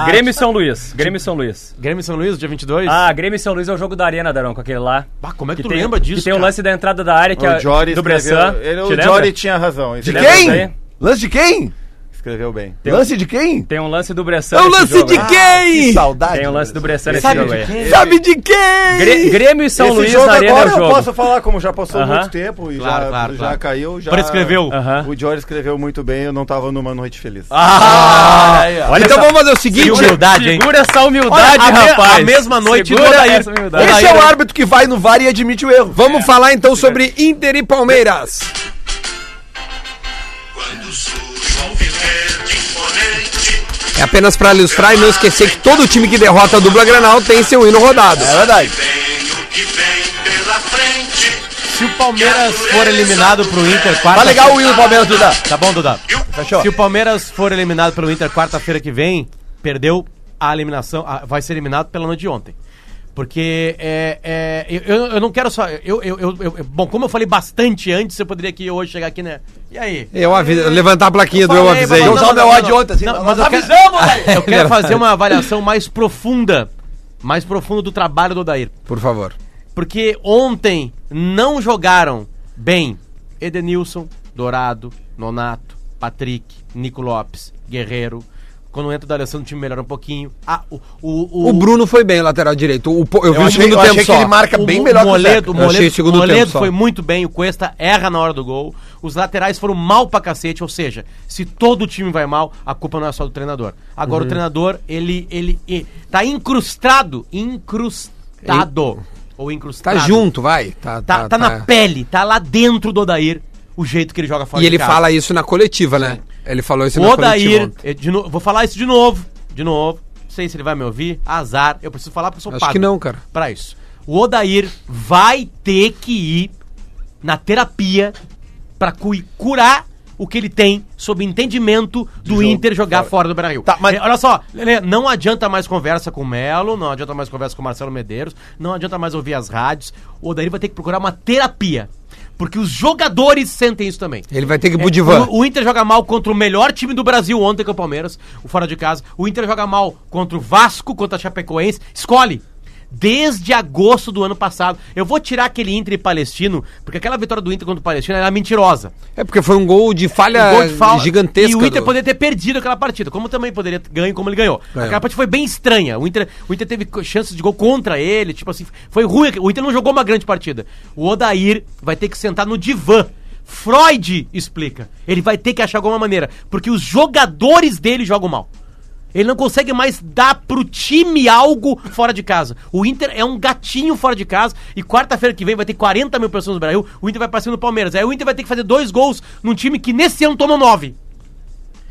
Speaker 5: Grêmio e São Luís. Grêmio e São Luís.
Speaker 7: Grêmio e São Luís, dia 22?
Speaker 5: Ah, Grêmio e São Luís é o jogo da Arena, Darão, com aquele lá.
Speaker 7: Bah, como é que,
Speaker 5: Que
Speaker 7: tu
Speaker 5: tem,
Speaker 7: lembra disso,
Speaker 5: Que tem o
Speaker 7: cara?
Speaker 5: lance da entrada da área, que é
Speaker 4: O Jory
Speaker 5: do
Speaker 4: escreveu.
Speaker 5: Bressan.
Speaker 4: Ele, é
Speaker 5: Te
Speaker 4: o
Speaker 5: lembra?
Speaker 4: Jory tinha razão. ele
Speaker 6: De
Speaker 4: lembra
Speaker 5: isso
Speaker 6: quem?
Speaker 5: aí?
Speaker 6: um Lance de quem?
Speaker 4: Escreveu bem.
Speaker 6: Lance de quem?
Speaker 5: Tem um lance do Bressan.
Speaker 1: É o
Speaker 5: nesse
Speaker 1: lance
Speaker 5: jogo
Speaker 1: de
Speaker 5: aí.
Speaker 6: Que
Speaker 1: quem?
Speaker 6: saudade.
Speaker 5: Tem um lance do Bressan nesse
Speaker 7: Sabe
Speaker 5: jogo
Speaker 7: de
Speaker 5: aí.
Speaker 7: quem?
Speaker 1: Sabe de quem?
Speaker 6: um
Speaker 5: Grê- Grêmio e São Luís na Arena é o
Speaker 4: eu posso
Speaker 5: jogo.
Speaker 4: falar, como já passou
Speaker 5: Aham.
Speaker 4: muito tempo e
Speaker 7: Claro,
Speaker 4: já,
Speaker 7: claro,
Speaker 4: já
Speaker 7: claro.
Speaker 4: caiu. Já...
Speaker 7: Prescreveu.
Speaker 5: Aham.
Speaker 4: O Jory escreveu muito bem, eu não tava numa noite feliz.
Speaker 5: Ah. Olha
Speaker 1: então
Speaker 5: essa-
Speaker 1: vamos fazer o seguinte.
Speaker 7: humildade, hein?
Speaker 5: Segura essa humildade,
Speaker 7: Olha, a me-
Speaker 5: rapaz.
Speaker 7: a mesma noite do
Speaker 5: Segura
Speaker 7: Odair.
Speaker 5: essa humildade.
Speaker 6: Esse é o árbitro que vai no VAR e admite o erro.
Speaker 1: Vamos falar então sobre Inter e Palmeiras. É apenas pra ilustrar e não esquecer que todo time que derrota a dupla Granal tem seu hino rodado.
Speaker 6: É verdade.
Speaker 7: Se o Palmeiras for eliminado pro Inter quarta...
Speaker 6: Tá legal o hino do Palmeiras, Duda.
Speaker 7: Tá bom, Duda?
Speaker 6: Fechou?
Speaker 7: Se o Palmeiras for eliminado pelo Inter quarta-feira que vem, perdeu a eliminação, a- vai ser eliminado pela noite de ontem. Porque é, é, eu- eu, eu não quero só. Eu, eu, eu- eu- bom, como eu falei bastante antes, eu poderia aqui hoje chegar aqui, né? E aí?
Speaker 1: Eu avisei, levantar a plaquinha do eu
Speaker 7: Falei,
Speaker 1: avisei.
Speaker 7: mas
Speaker 6: Eu usava
Speaker 7: não,
Speaker 6: o
Speaker 7: não,
Speaker 6: ódio
Speaker 7: não.
Speaker 6: ontem, assim.
Speaker 7: Não,
Speaker 6: nós
Speaker 7: mas eu quero-
Speaker 6: avisamos, velho.
Speaker 7: Eu quero fazer uma avaliação mais profunda, mais profunda do trabalho do Odair.
Speaker 1: Por favor.
Speaker 7: Porque ontem não jogaram bem Edenilson, Dourado, Nonato, Patrick, Nico Lopes, Guerreiro. Quando entra o D'Alessandro, o time melhora um pouquinho. Ah, o, o,
Speaker 1: O Bruno foi bem, lateral direito. O, po- eu vi o
Speaker 6: achei-
Speaker 1: segundo
Speaker 6: eu
Speaker 1: tempo
Speaker 6: achei que
Speaker 1: só.
Speaker 6: ele marca
Speaker 7: o
Speaker 6: bem
Speaker 7: Mo-
Speaker 6: melhor que o
Speaker 7: Moledo,
Speaker 6: Zeca.
Speaker 1: Eu
Speaker 7: o
Speaker 1: achei o
Speaker 7: Moledo,
Speaker 1: segundo
Speaker 7: Moledo
Speaker 1: tempo só.
Speaker 7: foi muito bem, o Cuesta erra na hora do gol. Os laterais foram mal pra cacete, ou seja, se todo o time vai mal, a culpa não é só do treinador. Agora o treinador, ele, ele, e- tá incrustado, incrustado. Ou
Speaker 1: Tá
Speaker 7: incrustado.
Speaker 1: junto, vai. Tá,
Speaker 7: Tá, tá na pele, tá lá dentro do Odair o jeito que ele joga fora
Speaker 1: E
Speaker 7: de
Speaker 1: ele
Speaker 7: casa.
Speaker 1: fala isso na coletiva, né? Ele falou isso
Speaker 7: O
Speaker 1: na coletiva.
Speaker 7: Odair,
Speaker 1: ontem.
Speaker 7: eh, de no- vou falar isso de novo, de novo. Não sei se ele vai me ouvir, azar. Eu preciso falar porque eu sou
Speaker 1: Acho que não, cara.
Speaker 7: Pra isso. O Odair vai ter que ir na terapia pra cui- curar o que ele tem sob entendimento do Inter jogar fora, do Brasil. É,
Speaker 6: Tá, mas-
Speaker 7: Olha só, Lelê, não adianta mais conversa com o Melo, não adianta mais conversa com o Marcelo Medeiros, não adianta mais ouvir as rádios. O Odair vai ter que procurar uma terapia. Porque os jogadores sentem isso também.
Speaker 1: Ele vai ter que ir
Speaker 7: É,
Speaker 1: pro divã.
Speaker 7: O, o Inter joga mal contra o melhor time do Brasil ontem, que é o Palmeiras, o fora de casa. O Inter joga mal contra o Vasco, contra a Chapecoense. Escolhe. desde agosto do ano passado. Eu vou tirar aquele Inter e Palestino, porque aquela vitória do Inter contra o Palestino era mentirosa.
Speaker 1: É porque foi um gol de falha
Speaker 7: Um gol de falta.
Speaker 1: gigantesca.
Speaker 7: E o Inter
Speaker 1: do-
Speaker 7: poderia ter perdido aquela partida, como também poderia ter ganho, como ele ganhou. Aquela partida foi bem estranha. O Inter, o Inter teve co- chances de gol contra ele, tipo assim, foi ruim. O Inter não jogou uma grande partida. O Odair vai ter que sentar no divã. Freud explica. Ele vai ter que achar alguma maneira, porque os jogadores dele jogam mal. Ele não consegue mais dar pro time algo fora de casa. O Inter é um gatinho fora de casa e quarta-feira que vem vai ter 40 mil pessoas no Brasil. O Inter vai pra cima do Palmeiras. Aí o Inter vai ter que fazer dois gols num time que nesse ano toma nove.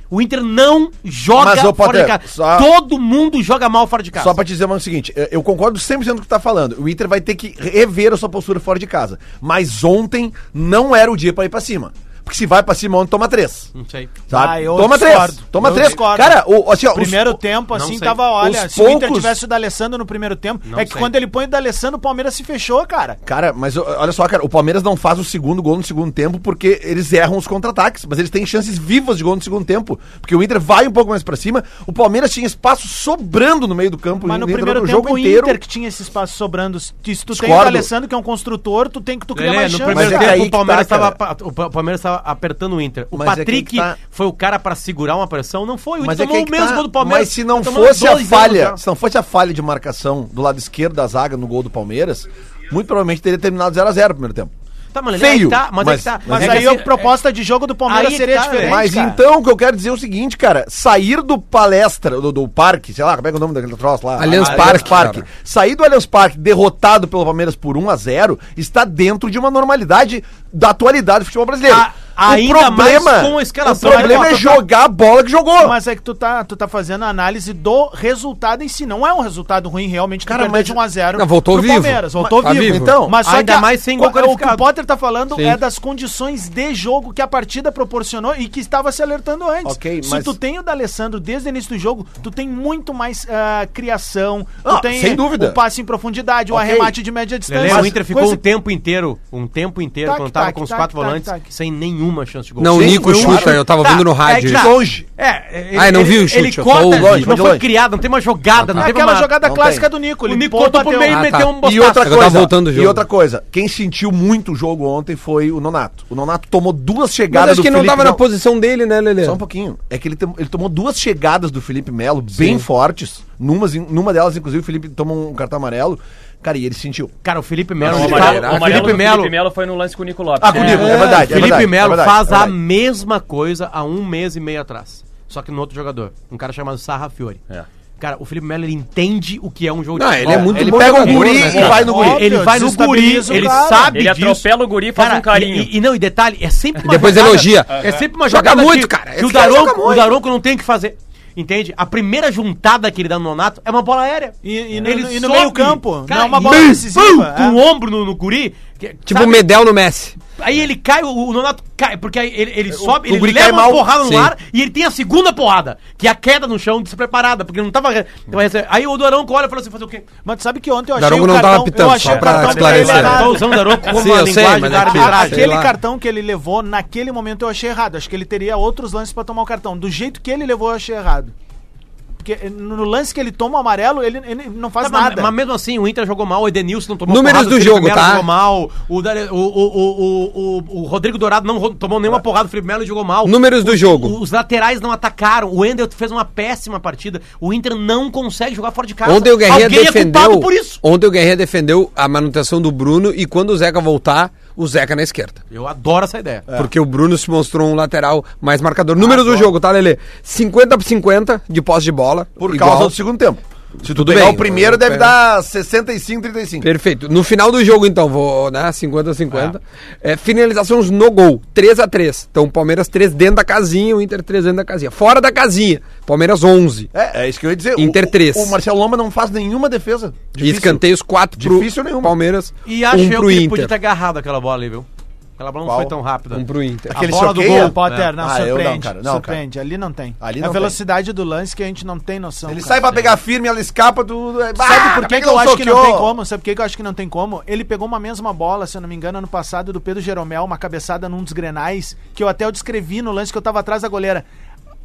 Speaker 7: O Inter não joga
Speaker 6: Mas, ô,
Speaker 7: fora de
Speaker 6: Potter,
Speaker 7: casa.
Speaker 6: só-
Speaker 7: Todo mundo joga mal fora de casa.
Speaker 6: Só pra te dizer mano, o seguinte, é, eu- eu concordo 100% com o que tá falando. O Inter vai ter que rever a sua postura fora de casa. Mas ontem não era o dia pra ir pra cima. Porque se vai pra cima ontem, toma três.
Speaker 7: Não sei.
Speaker 6: Sabe?
Speaker 3: Ah, eu
Speaker 6: toma
Speaker 3: discordo.
Speaker 6: três. Toma
Speaker 3: Eu
Speaker 6: três.
Speaker 3: discordo.
Speaker 6: Cara, o, assim, ó, os-
Speaker 3: Primeiro tempo,
Speaker 7: não
Speaker 3: assim,
Speaker 7: sei.
Speaker 3: tava, olha,
Speaker 6: Os
Speaker 3: se o Inter
Speaker 6: poucos-
Speaker 3: tivesse o D'Alessandro no primeiro tempo,
Speaker 7: Não
Speaker 3: é que
Speaker 7: sei.
Speaker 3: quando ele põe o D'Alessandro, o Palmeiras se fechou, cara.
Speaker 6: Cara, mas ó, olha só, cara, o Palmeiras não faz o segundo gol no segundo tempo porque eles erram os contra-ataques, mas eles têm chances vivas de gol no segundo tempo, porque o Inter vai um pouco mais pra cima, o Palmeiras tinha espaço sobrando no meio do campo,
Speaker 3: Mas no
Speaker 6: o Inter
Speaker 3: primeiro
Speaker 6: entrou
Speaker 3: tempo, o Inter que tinha esse espaço sobrando, se se tu tem o
Speaker 6: Discordo.
Speaker 3: D'Alessandro, que é um construtor, tu tem que tu criar
Speaker 7: Lelê,
Speaker 3: mais
Speaker 7: no
Speaker 3: chance,
Speaker 7: primeiro
Speaker 6: Mas é
Speaker 3: cara.
Speaker 6: aí
Speaker 7: tempo
Speaker 6: que
Speaker 7: o Palmeiras,
Speaker 6: tá,
Speaker 7: tava,
Speaker 6: cara.
Speaker 7: apa- o Pa- o Palmeiras tava apertando o Inter. O
Speaker 6: Mas é que
Speaker 7: Patrick
Speaker 6: que tá.
Speaker 7: foi o cara pra segurar uma pressão, não foi. O Inter
Speaker 6: Mas é que
Speaker 7: tomou
Speaker 6: aí
Speaker 7: o
Speaker 6: que
Speaker 7: mesmo
Speaker 6: tá.
Speaker 7: gol do Palmeiras.
Speaker 6: Mas se não
Speaker 7: Tá tomando
Speaker 6: fosse a
Speaker 7: dois anos
Speaker 6: falha,
Speaker 7: já.
Speaker 6: se não fosse a falha de marcação do lado esquerdo da zaga no gol do Palmeiras, muito provavelmente teria terminado 0 a 0 o primeiro tempo.
Speaker 7: Tá, mas Lelê, aí
Speaker 6: Feio,
Speaker 7: que tá, mas, aí
Speaker 6: mas-
Speaker 7: que tá.
Speaker 3: Mas
Speaker 7: É que
Speaker 3: aí
Speaker 7: assim,
Speaker 3: a proposta de jogo do Palmeiras
Speaker 7: aí que
Speaker 3: seria
Speaker 7: tá,
Speaker 3: diferente.
Speaker 7: É,
Speaker 6: Mas
Speaker 3: cara.
Speaker 6: então o que eu quero dizer é o seguinte, cara, sair do palestra, do, do parque, sei lá, como é que é o nome daquele troço lá?
Speaker 1: Allianz Parque, cara.
Speaker 6: Sair do Allianz Parque derrotado pelo Palmeiras por 1 a 0 está dentro de uma normalidade da atualidade do futebol brasileiro.
Speaker 7: A- ainda mais com a escalação.
Speaker 6: O problema
Speaker 7: Aí,
Speaker 6: é
Speaker 7: ó,
Speaker 6: jogar a bola que jogou.
Speaker 3: Mas é que tu tá, tu tá fazendo a análise do resultado em si. Não é um resultado ruim, realmente. Tu
Speaker 6: Cara,
Speaker 3: perder
Speaker 6: mas-
Speaker 3: de 1x0.
Speaker 1: Não, voltou vivo.
Speaker 3: Palmeiras, voltou
Speaker 1: Tá
Speaker 3: vivo.
Speaker 1: vivo.
Speaker 6: Então,
Speaker 3: mas só
Speaker 7: ainda
Speaker 3: que a-
Speaker 7: mais sem gol
Speaker 3: o- O que
Speaker 7: qualificado.
Speaker 3: o Potter tá falando
Speaker 1: Sim.
Speaker 3: é das condições de jogo que a partida proporcionou e que estava se alertando antes.
Speaker 6: Ok,
Speaker 3: Se
Speaker 6: mas-
Speaker 3: tu tem o D'Alessandro desde o início do jogo, tu tem muito mais ah, criação. Tu
Speaker 6: Ah,
Speaker 3: tem
Speaker 6: sem dúvida.
Speaker 3: o passe em profundidade, o
Speaker 6: Ok.
Speaker 3: arremate de média
Speaker 7: Lelê,
Speaker 3: distância.
Speaker 7: o Inter ficou
Speaker 3: Coisa
Speaker 7: um tempo inteiro, um tempo inteiro,
Speaker 3: Tac,
Speaker 7: quando tava
Speaker 3: tac,
Speaker 7: com os
Speaker 3: tac,
Speaker 7: quatro
Speaker 3: tac,
Speaker 7: volantes,
Speaker 3: tac.
Speaker 7: sem nenhuma chance de gol.
Speaker 1: Não, o
Speaker 6: Sim,
Speaker 1: Nico
Speaker 6: eu
Speaker 1: chuta,
Speaker 6: acho-
Speaker 1: eu tava
Speaker 7: Tá,
Speaker 1: ouvindo no
Speaker 7: é
Speaker 1: rádio. isso.
Speaker 7: que tá.
Speaker 6: longe.
Speaker 7: É, ele,
Speaker 1: Ah, eu não
Speaker 7: ele-
Speaker 1: vi o chute,
Speaker 7: Ele
Speaker 1: eu tô
Speaker 7: corta,
Speaker 1: ouvindo.
Speaker 7: longe,
Speaker 6: Foi
Speaker 7: não
Speaker 6: de
Speaker 7: foi
Speaker 6: longe.
Speaker 7: criada, não tem uma jogada, não
Speaker 3: É
Speaker 7: teve
Speaker 3: aquela
Speaker 7: uma...
Speaker 3: jogada
Speaker 6: Não
Speaker 3: clássica
Speaker 6: tem.
Speaker 3: do Nico.
Speaker 7: O
Speaker 3: Ele
Speaker 7: Nico
Speaker 3: pô-
Speaker 7: cortou pro
Speaker 3: bateu-
Speaker 7: meio e
Speaker 1: Ah, tá.
Speaker 7: meteu um
Speaker 6: E
Speaker 7: bostaço.
Speaker 6: outra
Speaker 1: Eu tava
Speaker 6: coisa,
Speaker 1: voltando o
Speaker 6: e
Speaker 1: jogo.
Speaker 6: outra coisa, quem sentiu muito o jogo ontem foi o Nonato. O Nonato tomou duas
Speaker 1: Mas
Speaker 6: chegadas
Speaker 1: acho que não
Speaker 6: Felipe
Speaker 1: tava na
Speaker 6: Melo.
Speaker 1: posição dele, né, Lelê?
Speaker 6: Só um pouquinho. É que ele, tem- ele tomou duas chegadas do Felipe Melo bem fortes. Numas, numa delas, inclusive, o Felipe toma um cartão amarelo. Cara, e ele sentiu.
Speaker 7: Cara, o Felipe Melo...
Speaker 5: O
Speaker 7: o
Speaker 5: É um amarelo,
Speaker 7: Felipe
Speaker 5: o amarelo do
Speaker 7: Melo-
Speaker 5: Felipe Melo foi no lance com o Nico Lopes.
Speaker 6: Ah, comigo, é, verdade. é verdade,
Speaker 7: Felipe
Speaker 6: é
Speaker 7: Melo
Speaker 6: verdade,
Speaker 7: faz
Speaker 6: é
Speaker 7: a
Speaker 6: verdade.
Speaker 7: mesma coisa há um mês e meio atrás. Só que no outro jogador. Um cara chamado Sarra Fiore.
Speaker 5: É.
Speaker 7: Cara, o Felipe Melo ele entende o que é um jogo
Speaker 1: Não, ele é muito
Speaker 6: Ele
Speaker 1: bom
Speaker 6: pega o
Speaker 1: jogador,
Speaker 6: guri
Speaker 1: né,
Speaker 6: e
Speaker 1: cara?
Speaker 6: vai no guri.
Speaker 3: Óbvio,
Speaker 7: Ele vai no guri,
Speaker 3: desestabiliza o
Speaker 7: ele
Speaker 3: cara.
Speaker 7: sabe
Speaker 5: É. Ele
Speaker 7: disso.
Speaker 5: atropela o guri e faz um carinho.
Speaker 7: E, e não, e detalhe, é sempre uma
Speaker 1: E depois elogia.
Speaker 7: É sempre uma
Speaker 1: Joga
Speaker 7: jogada
Speaker 1: muito,
Speaker 7: que-
Speaker 1: cara.
Speaker 7: que
Speaker 1: Esse
Speaker 7: o
Speaker 1: cara joga
Speaker 7: Daronco, o
Speaker 1: muito.
Speaker 7: Daronco não tem o que fazer. Entende? A primeira juntada que ele dá no Nonato é uma bola aérea.
Speaker 3: E- e no-
Speaker 7: Ele
Speaker 3: e no
Speaker 7: sobe,
Speaker 3: meio-campo,
Speaker 7: cara,
Speaker 3: não é uma
Speaker 7: e-
Speaker 3: bola decisiva,
Speaker 7: pum,
Speaker 3: é.
Speaker 7: Com o ombro no, no guri. que-
Speaker 1: Tipo o
Speaker 7: sabe?
Speaker 1: Medel no Messi.
Speaker 7: Aí ele cai, o, o Nonato cai, porque aí ele, ele sobe,
Speaker 6: o
Speaker 7: ele
Speaker 6: guri
Speaker 7: leva
Speaker 6: cai
Speaker 7: uma
Speaker 6: mal.
Speaker 7: porrada no
Speaker 1: Sim.
Speaker 7: ar e ele tem a segunda porrada, que é a queda no chão despreparada, porque ele não tava. Aí o Daronco olha e fala assim: fazer o quê?
Speaker 3: Mas tu sabe que ontem eu achei
Speaker 1: Daronco
Speaker 3: o
Speaker 1: não tava
Speaker 3: cartão...
Speaker 1: apitando,
Speaker 3: eu achei
Speaker 1: só
Speaker 3: o
Speaker 1: pra
Speaker 3: cartão pra ele
Speaker 1: esclarecer.
Speaker 3: errado.
Speaker 7: Tá usando o Daronco como
Speaker 1: Sim,
Speaker 7: uma
Speaker 1: eu sei,
Speaker 7: linguagem
Speaker 1: mas
Speaker 7: da
Speaker 1: é que-
Speaker 3: Ah,
Speaker 7: arbitragem.
Speaker 1: Sei
Speaker 3: Aquele
Speaker 1: lá.
Speaker 3: cartão que ele levou, naquele momento eu achei errado. Acho que ele teria outros lances pra tomar o cartão. Do jeito que ele levou, eu achei errado. Porque eh, no lance que ele toma o amarelo, ele, ele não faz
Speaker 7: Tá, mas-
Speaker 3: nada.
Speaker 7: Mas mesmo assim, o Inter jogou mal, o Edenilson não tomou
Speaker 1: Números
Speaker 7: porrada,
Speaker 1: do
Speaker 7: o Felipe
Speaker 1: jogo,
Speaker 7: Melo
Speaker 1: tá?
Speaker 7: jogou mal, o, Dale- o, o, o, o, o Rodrigo Dourado não ro- tomou nenhuma porrada, o Felipe Melo jogou mal.
Speaker 1: Números do É. jogo.
Speaker 7: Os laterais não atacaram, o Ender fez uma péssima partida, o Inter não consegue jogar fora de casa.
Speaker 1: Ontem o Guerreiro
Speaker 7: Alguém é
Speaker 1: defendeu.
Speaker 7: culpado por isso.
Speaker 1: Ontem o Guerreiro defendeu a manutenção do Bruno e quando o Zeca voltar, o Zeca na esquerda.
Speaker 7: Eu adoro essa ideia.
Speaker 1: Porque o Bruno se mostrou um lateral mais marcador. Números do jogo, tá, Lelê? 50 por 50 de posse de bola.
Speaker 6: Por
Speaker 1: igual.
Speaker 6: causa do segundo tempo. Se tu
Speaker 1: Tudo
Speaker 6: pegar
Speaker 1: bem, É,
Speaker 6: o primeiro,
Speaker 1: eu-
Speaker 6: deve
Speaker 1: eu-
Speaker 6: dar 65, 35.
Speaker 1: Perfeito. No final do jogo, então, vou, né? 50 a 50. É, finalizações no gol, 3 a 3 Então, o Palmeiras 3 dentro da casinha, o Inter 3 dentro da casinha. Fora da casinha, Palmeiras 11.
Speaker 6: É, é isso que eu ia dizer. O-
Speaker 1: Inter
Speaker 6: o-
Speaker 1: três.
Speaker 6: O, Marcelo Lomba não faz nenhuma defesa.
Speaker 1: E escanteios 4 pro
Speaker 6: Difícil nenhuma.
Speaker 1: Palmeiras,
Speaker 7: E acho
Speaker 1: um
Speaker 7: eu
Speaker 1: pro
Speaker 7: que ele
Speaker 1: Inter.
Speaker 7: podia ter agarrado aquela bola ali, viu? Aquela bola não
Speaker 6: Qual?
Speaker 7: foi tão rápida.
Speaker 1: Um pro Inter.
Speaker 6: Aquele
Speaker 7: bola do
Speaker 6: choqueia?
Speaker 7: gol,
Speaker 3: Potter, não,
Speaker 6: Ah, eu
Speaker 3: surpreende.
Speaker 6: não, cara, não,
Speaker 3: surpreende. Ali não tem.
Speaker 6: Ali
Speaker 3: é
Speaker 6: não
Speaker 3: a
Speaker 6: tem.
Speaker 3: velocidade do lance que a gente não tem noção.
Speaker 6: Ele
Speaker 3: cara.
Speaker 6: sai pra pegar firme, ela escapa do... é, ah,
Speaker 3: Sabe por que, que eu acho que não tem como? Sabe por que, que eu acho que não tem como? Ele pegou uma mesma bola, se eu não me engano, ano passado, do Pedro Jeromel, uma cabeçada num dos grenais, que eu até eu descrevi no lance que eu tava atrás da goleira.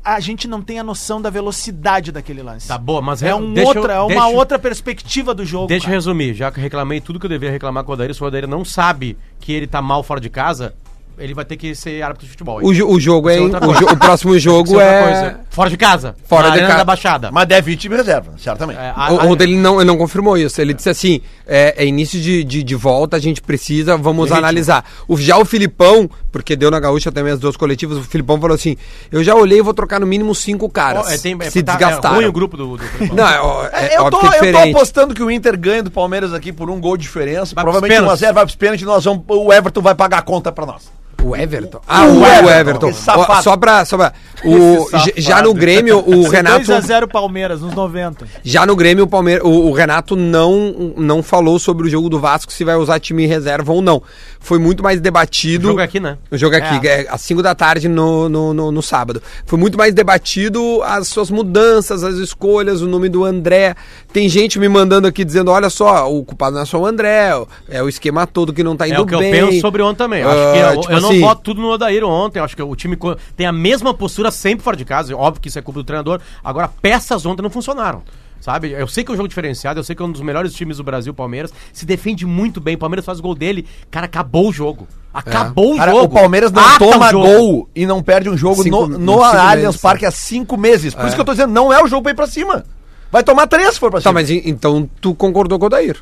Speaker 3: a gente não tem a noção da velocidade daquele lance.
Speaker 7: Tá boa, mas
Speaker 3: é um
Speaker 7: deixa eu-
Speaker 3: outra, é uma
Speaker 7: deixa-
Speaker 3: outra perspectiva do jogo.
Speaker 7: Deixa eu
Speaker 3: cara.
Speaker 7: resumir, já que eu reclamei tudo que eu deveria reclamar com o Odair, se o Odair não sabe que ele tá mal fora de casa, ele vai ter que ser árbitro de futebol.
Speaker 1: O, jo- o jogo é.
Speaker 7: Isso é
Speaker 1: em-
Speaker 7: outra
Speaker 1: o, jo- o próximo
Speaker 7: Isso
Speaker 1: jogo
Speaker 7: é outra
Speaker 1: é.
Speaker 7: coisa. Fora de casa.
Speaker 1: Fora
Speaker 7: na
Speaker 1: de
Speaker 7: Arena
Speaker 1: casa.
Speaker 7: da Baixada.
Speaker 6: Mas deve ir time reserva, certamente.
Speaker 7: É, a-
Speaker 1: O-
Speaker 7: a-
Speaker 1: Ontem ele não, ele não confirmou isso. Ele disse assim: é, é início de, de, de volta, a gente precisa, vamos analisar. O, já o Filipão, porque deu na gaúcha também as duas coletivas, o Filipão falou assim: eu já olhei e vou trocar no mínimo cinco caras.
Speaker 7: Ó, é, tem, é,
Speaker 1: que se
Speaker 7: tá-
Speaker 1: desgastaram.
Speaker 7: É ruim o grupo do. do- do-
Speaker 1: Não, é, ó, é,
Speaker 6: É, eu,
Speaker 1: óbvio
Speaker 6: tô,
Speaker 1: que é
Speaker 6: eu tô
Speaker 1: diferente.
Speaker 6: apostando que o Inter ganha do Palmeiras aqui por um gol de diferença.
Speaker 7: Vai pros
Speaker 6: provavelmente
Speaker 7: pênaltis.
Speaker 6: 1x0 vai pros pênaltis e nós vamos- o Everton vai pagar a conta pra nós.
Speaker 1: O Everton. Ah,
Speaker 6: O
Speaker 1: o, o
Speaker 6: Everton,
Speaker 1: Everton.
Speaker 6: esse safado.
Speaker 1: Ó, Só pra. Só pra o, j- já no Grêmio, o Renato.
Speaker 3: 2x0 Palmeiras, nos 90.
Speaker 1: Já no Grêmio, o, Palmeira, o, o Renato não, não falou sobre o jogo do Vasco, se vai usar time reserva ou não. Foi muito mais debatido.
Speaker 7: O jogo é aqui, né?
Speaker 1: O jogo é aqui, é, às 5 da tarde no, no, no, no sábado. Foi muito mais debatido as suas mudanças, as escolhas, o nome do André. Tem gente me mandando aqui dizendo: olha só, o culpado não é só o André, é o esquema todo que não tá indo
Speaker 7: É o que
Speaker 1: bem.
Speaker 7: eu penso sobre ontem também. Eu acho que
Speaker 1: Ah,
Speaker 7: eu,
Speaker 1: tipo
Speaker 7: eu não
Speaker 1: assim,
Speaker 7: boto tudo no Odair ontem. Eu acho que o time co- tem a mesma postura sempre fora de casa. Óbvio que isso é culpa do treinador. Agora, peças ontem não funcionaram. Sabe? Eu sei que é um jogo diferenciado, eu sei que é um dos melhores times do Brasil, o Palmeiras. Se defende muito bem. O Palmeiras faz o gol dele. Cara, acabou o jogo. Acabou o
Speaker 6: É. Cara,
Speaker 7: Um jogo.
Speaker 6: o Palmeiras não
Speaker 7: Ata o
Speaker 6: toma
Speaker 7: jogo.
Speaker 6: gol e não perde um jogo
Speaker 1: Cinco-
Speaker 6: no,
Speaker 1: cinco
Speaker 6: no Allianz
Speaker 1: meses,
Speaker 6: Parque há cinco meses. Por isso que eu tô dizendo, não é o jogo pra ir pra cima. Vai tomar três se for pra
Speaker 1: Tá,
Speaker 6: cima.
Speaker 1: mas e- então tu concordou com o Dair.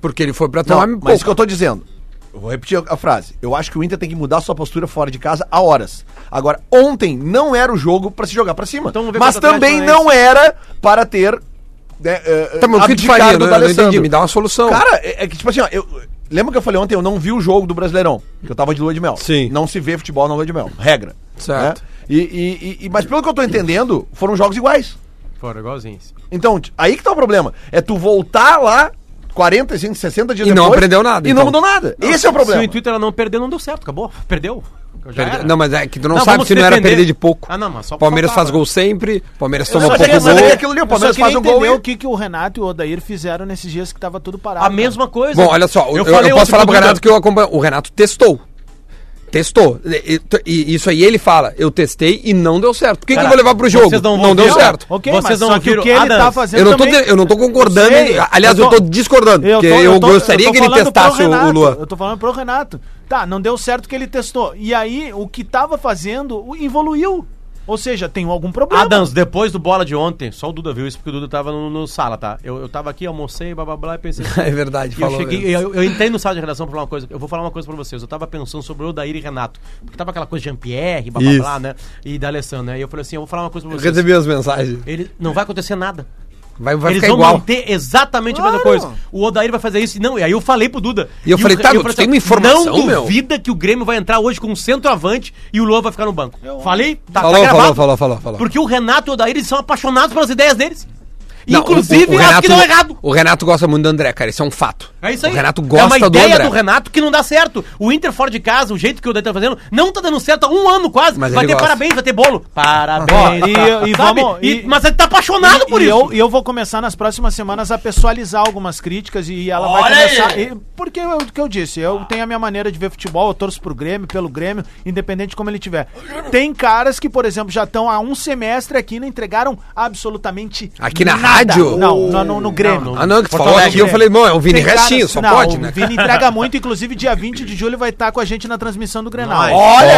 Speaker 1: Porque ele foi pra
Speaker 6: Não,
Speaker 1: tomar um
Speaker 6: mas isso que eu tô dizendo. Eu vou repetir a frase. Eu acho que o Inter tem que mudar sua postura fora de casa há horas. Agora, ontem não era o jogo pra se jogar pra cima.
Speaker 7: Então vamos ver
Speaker 6: mas
Speaker 7: contra o Atlético
Speaker 6: também não era para ter né, eh,
Speaker 1: Tá, mas o que tu faria?
Speaker 6: abdicado
Speaker 1: Eu
Speaker 6: do
Speaker 1: não- eu não
Speaker 6: D'Alessandro.
Speaker 1: entendi, me dá um- uma solução.
Speaker 6: Cara, é, é que tipo assim, ó, eu, lembra que eu falei ontem, eu não vi o jogo do Brasileirão, que eu tava de lua de mel.
Speaker 1: Sim.
Speaker 6: Não se vê futebol na lua de mel, regra.
Speaker 1: Certo.
Speaker 6: né? E, e- e- e- mas pelo que eu tô entendendo, foram jogos iguais.
Speaker 7: Fora, igualzinho. isso.
Speaker 6: Então, t- aí que tá o problema. É tu voltar lá 40, 50, 60 dias
Speaker 1: E não
Speaker 6: depois
Speaker 1: aprendeu nada,
Speaker 6: E
Speaker 1: então.
Speaker 6: não mudou nada. Esse é o
Speaker 7: Se o
Speaker 6: problema.
Speaker 7: intuito era não perder, não deu certo. Acabou. Perdeu. Já
Speaker 1: Perde-
Speaker 7: era.
Speaker 1: Não, mas é que tu não,
Speaker 7: Não,
Speaker 1: sabe
Speaker 7: vamos
Speaker 1: se não era
Speaker 7: defender.
Speaker 1: perder de pouco.
Speaker 7: Ah, não, mas só
Speaker 1: Palmeiras
Speaker 7: faltava.
Speaker 1: faz gol sempre, Palmeiras
Speaker 6: Eu
Speaker 1: toma
Speaker 6: só
Speaker 1: pouco
Speaker 6: queria
Speaker 1: gol.
Speaker 6: saber que aquilo ali, o
Speaker 3: Eu só
Speaker 6: Palmeiras
Speaker 3: queria
Speaker 6: faz um gol
Speaker 3: entender
Speaker 6: e...
Speaker 3: o que, que o Renato e o Odair fizeram nesses dias que tava tudo parado.
Speaker 7: A
Speaker 3: cara.
Speaker 7: mesma coisa.
Speaker 1: Bom, olha só, eu, eu- eu
Speaker 7: falei
Speaker 1: posso
Speaker 7: ontem
Speaker 1: falar pro
Speaker 7: Duda.
Speaker 1: Renato que eu acompanho. O Renato testou. Testou. E, e- e isso aí ele fala. Eu testei e não deu certo. O que, que eu vou levar pro jogo?
Speaker 7: vocês não vão
Speaker 1: não deu
Speaker 7: ver, ó.
Speaker 1: certo.
Speaker 3: Ok,
Speaker 7: Vocês
Speaker 3: mas
Speaker 7: não
Speaker 3: só que
Speaker 7: viram-
Speaker 3: o que ele
Speaker 7: Adams,
Speaker 3: tá fazendo
Speaker 1: Eu não, tô,
Speaker 3: também...
Speaker 1: de- eu não tô concordando.
Speaker 3: Eu sei,
Speaker 1: aliás, eu tô, discordando. porque
Speaker 3: tô-
Speaker 1: eu,
Speaker 3: tô-
Speaker 1: gostaria
Speaker 3: eu tô
Speaker 1: que ele
Speaker 3: falando
Speaker 1: testasse
Speaker 3: pro
Speaker 1: o, o
Speaker 3: Renato,
Speaker 1: Luan.
Speaker 3: Eu tô falando pro Renato. Tá, não deu certo que ele testou. E aí, o que tava fazendo o- evoluiu. Ou seja, tem algum problema.
Speaker 1: Ah,
Speaker 7: Adams, depois do bola de ontem, só o Duda viu isso porque o Duda tava no, no sala, tá? Eu, eu tava aqui, almocei, blá blá blá, e pensei. assim,
Speaker 1: É verdade,
Speaker 7: E eu
Speaker 1: falou.
Speaker 7: cheguei,
Speaker 1: mesmo.
Speaker 7: eu, eu entrei no sala de redação pra falar uma coisa. Eu vou falar uma coisa pra vocês. Eu tava pensando sobre o Odair e Renato. Porque tava aquela coisa de Jean-Pierre, blá blá
Speaker 1: Isso.
Speaker 7: blá, né? E da Alessandra. né? E eu falei assim: eu vou falar uma coisa pra
Speaker 1: Eu
Speaker 7: vocês.
Speaker 1: recebi as mensagens.
Speaker 7: Ele, não vai acontecer nada.
Speaker 1: Vai, vai
Speaker 7: Eles
Speaker 1: ficar
Speaker 7: vão
Speaker 1: igual.
Speaker 7: manter exatamente a mesma
Speaker 3: Claro.
Speaker 7: coisa. O Odair vai fazer isso. e Não, e aí eu falei pro Duda.
Speaker 1: E eu falei,
Speaker 7: o-
Speaker 1: tá,
Speaker 7: eu
Speaker 1: tu
Speaker 7: assim,
Speaker 1: tem uma
Speaker 7: ó,
Speaker 1: informação,
Speaker 7: Não
Speaker 1: meu?
Speaker 7: duvida que o Grêmio vai entrar hoje com um centroavante e o Luan vai ficar no banco. Falei? Tá,
Speaker 1: Falou,
Speaker 7: tá gravado.
Speaker 1: falou, falou, falou, falou.
Speaker 7: Porque o Renato e o Odair eles são apaixonados pelas ideias deles.
Speaker 1: Não,
Speaker 7: Inclusive,
Speaker 1: o- o- o
Speaker 7: acho que deu errado.
Speaker 1: O Renato gosta muito do André, cara. Isso é um fato.
Speaker 7: É isso aí.
Speaker 1: O Renato
Speaker 7: é
Speaker 1: gosta
Speaker 7: uma
Speaker 1: do
Speaker 7: ideia
Speaker 1: André.
Speaker 7: do, Renato que não dá certo. O Inter fora de casa, o jeito que o Odair tá fazendo, não tá dando certo há um ano quase.
Speaker 1: Mas
Speaker 7: vai
Speaker 1: ele
Speaker 7: ter
Speaker 1: gosta.
Speaker 7: parabéns, vai ter bolo. Parabéns.
Speaker 3: Ó, e- e
Speaker 7: Sabe?
Speaker 3: vamos-
Speaker 7: E-
Speaker 3: e-
Speaker 7: mas ele tá apaixonado
Speaker 3: E-
Speaker 7: por
Speaker 3: e
Speaker 7: isso.
Speaker 3: Eu, e eu vou começar nas próximas semanas a pessoalizar algumas críticas e ela
Speaker 7: Olha
Speaker 3: vai começar.
Speaker 7: aí! Ah.
Speaker 3: e- porque é o que eu disse, eu tenho a minha maneira de ver futebol, eu torço pro Grêmio, pelo Grêmio, independente de como ele tiver. Tem caras que, por exemplo, já estão há um semestre aqui e não entregaram absolutamente
Speaker 1: Aqui na rádio?
Speaker 3: Não, no, no- no Grêmio.
Speaker 7: Não,
Speaker 1: Ah, não, que tu
Speaker 3: Porto
Speaker 1: falou
Speaker 3: Alegre,
Speaker 1: aqui, eu
Speaker 3: é.
Speaker 1: falei, bom, é o Vini
Speaker 3: Tem caras-
Speaker 1: Restinho, só
Speaker 3: não,
Speaker 1: pode,
Speaker 3: O
Speaker 1: né?
Speaker 3: Vini entrega muito, inclusive dia 20 de julho vai estar com a gente na transmissão do Grenal.
Speaker 1: Olha,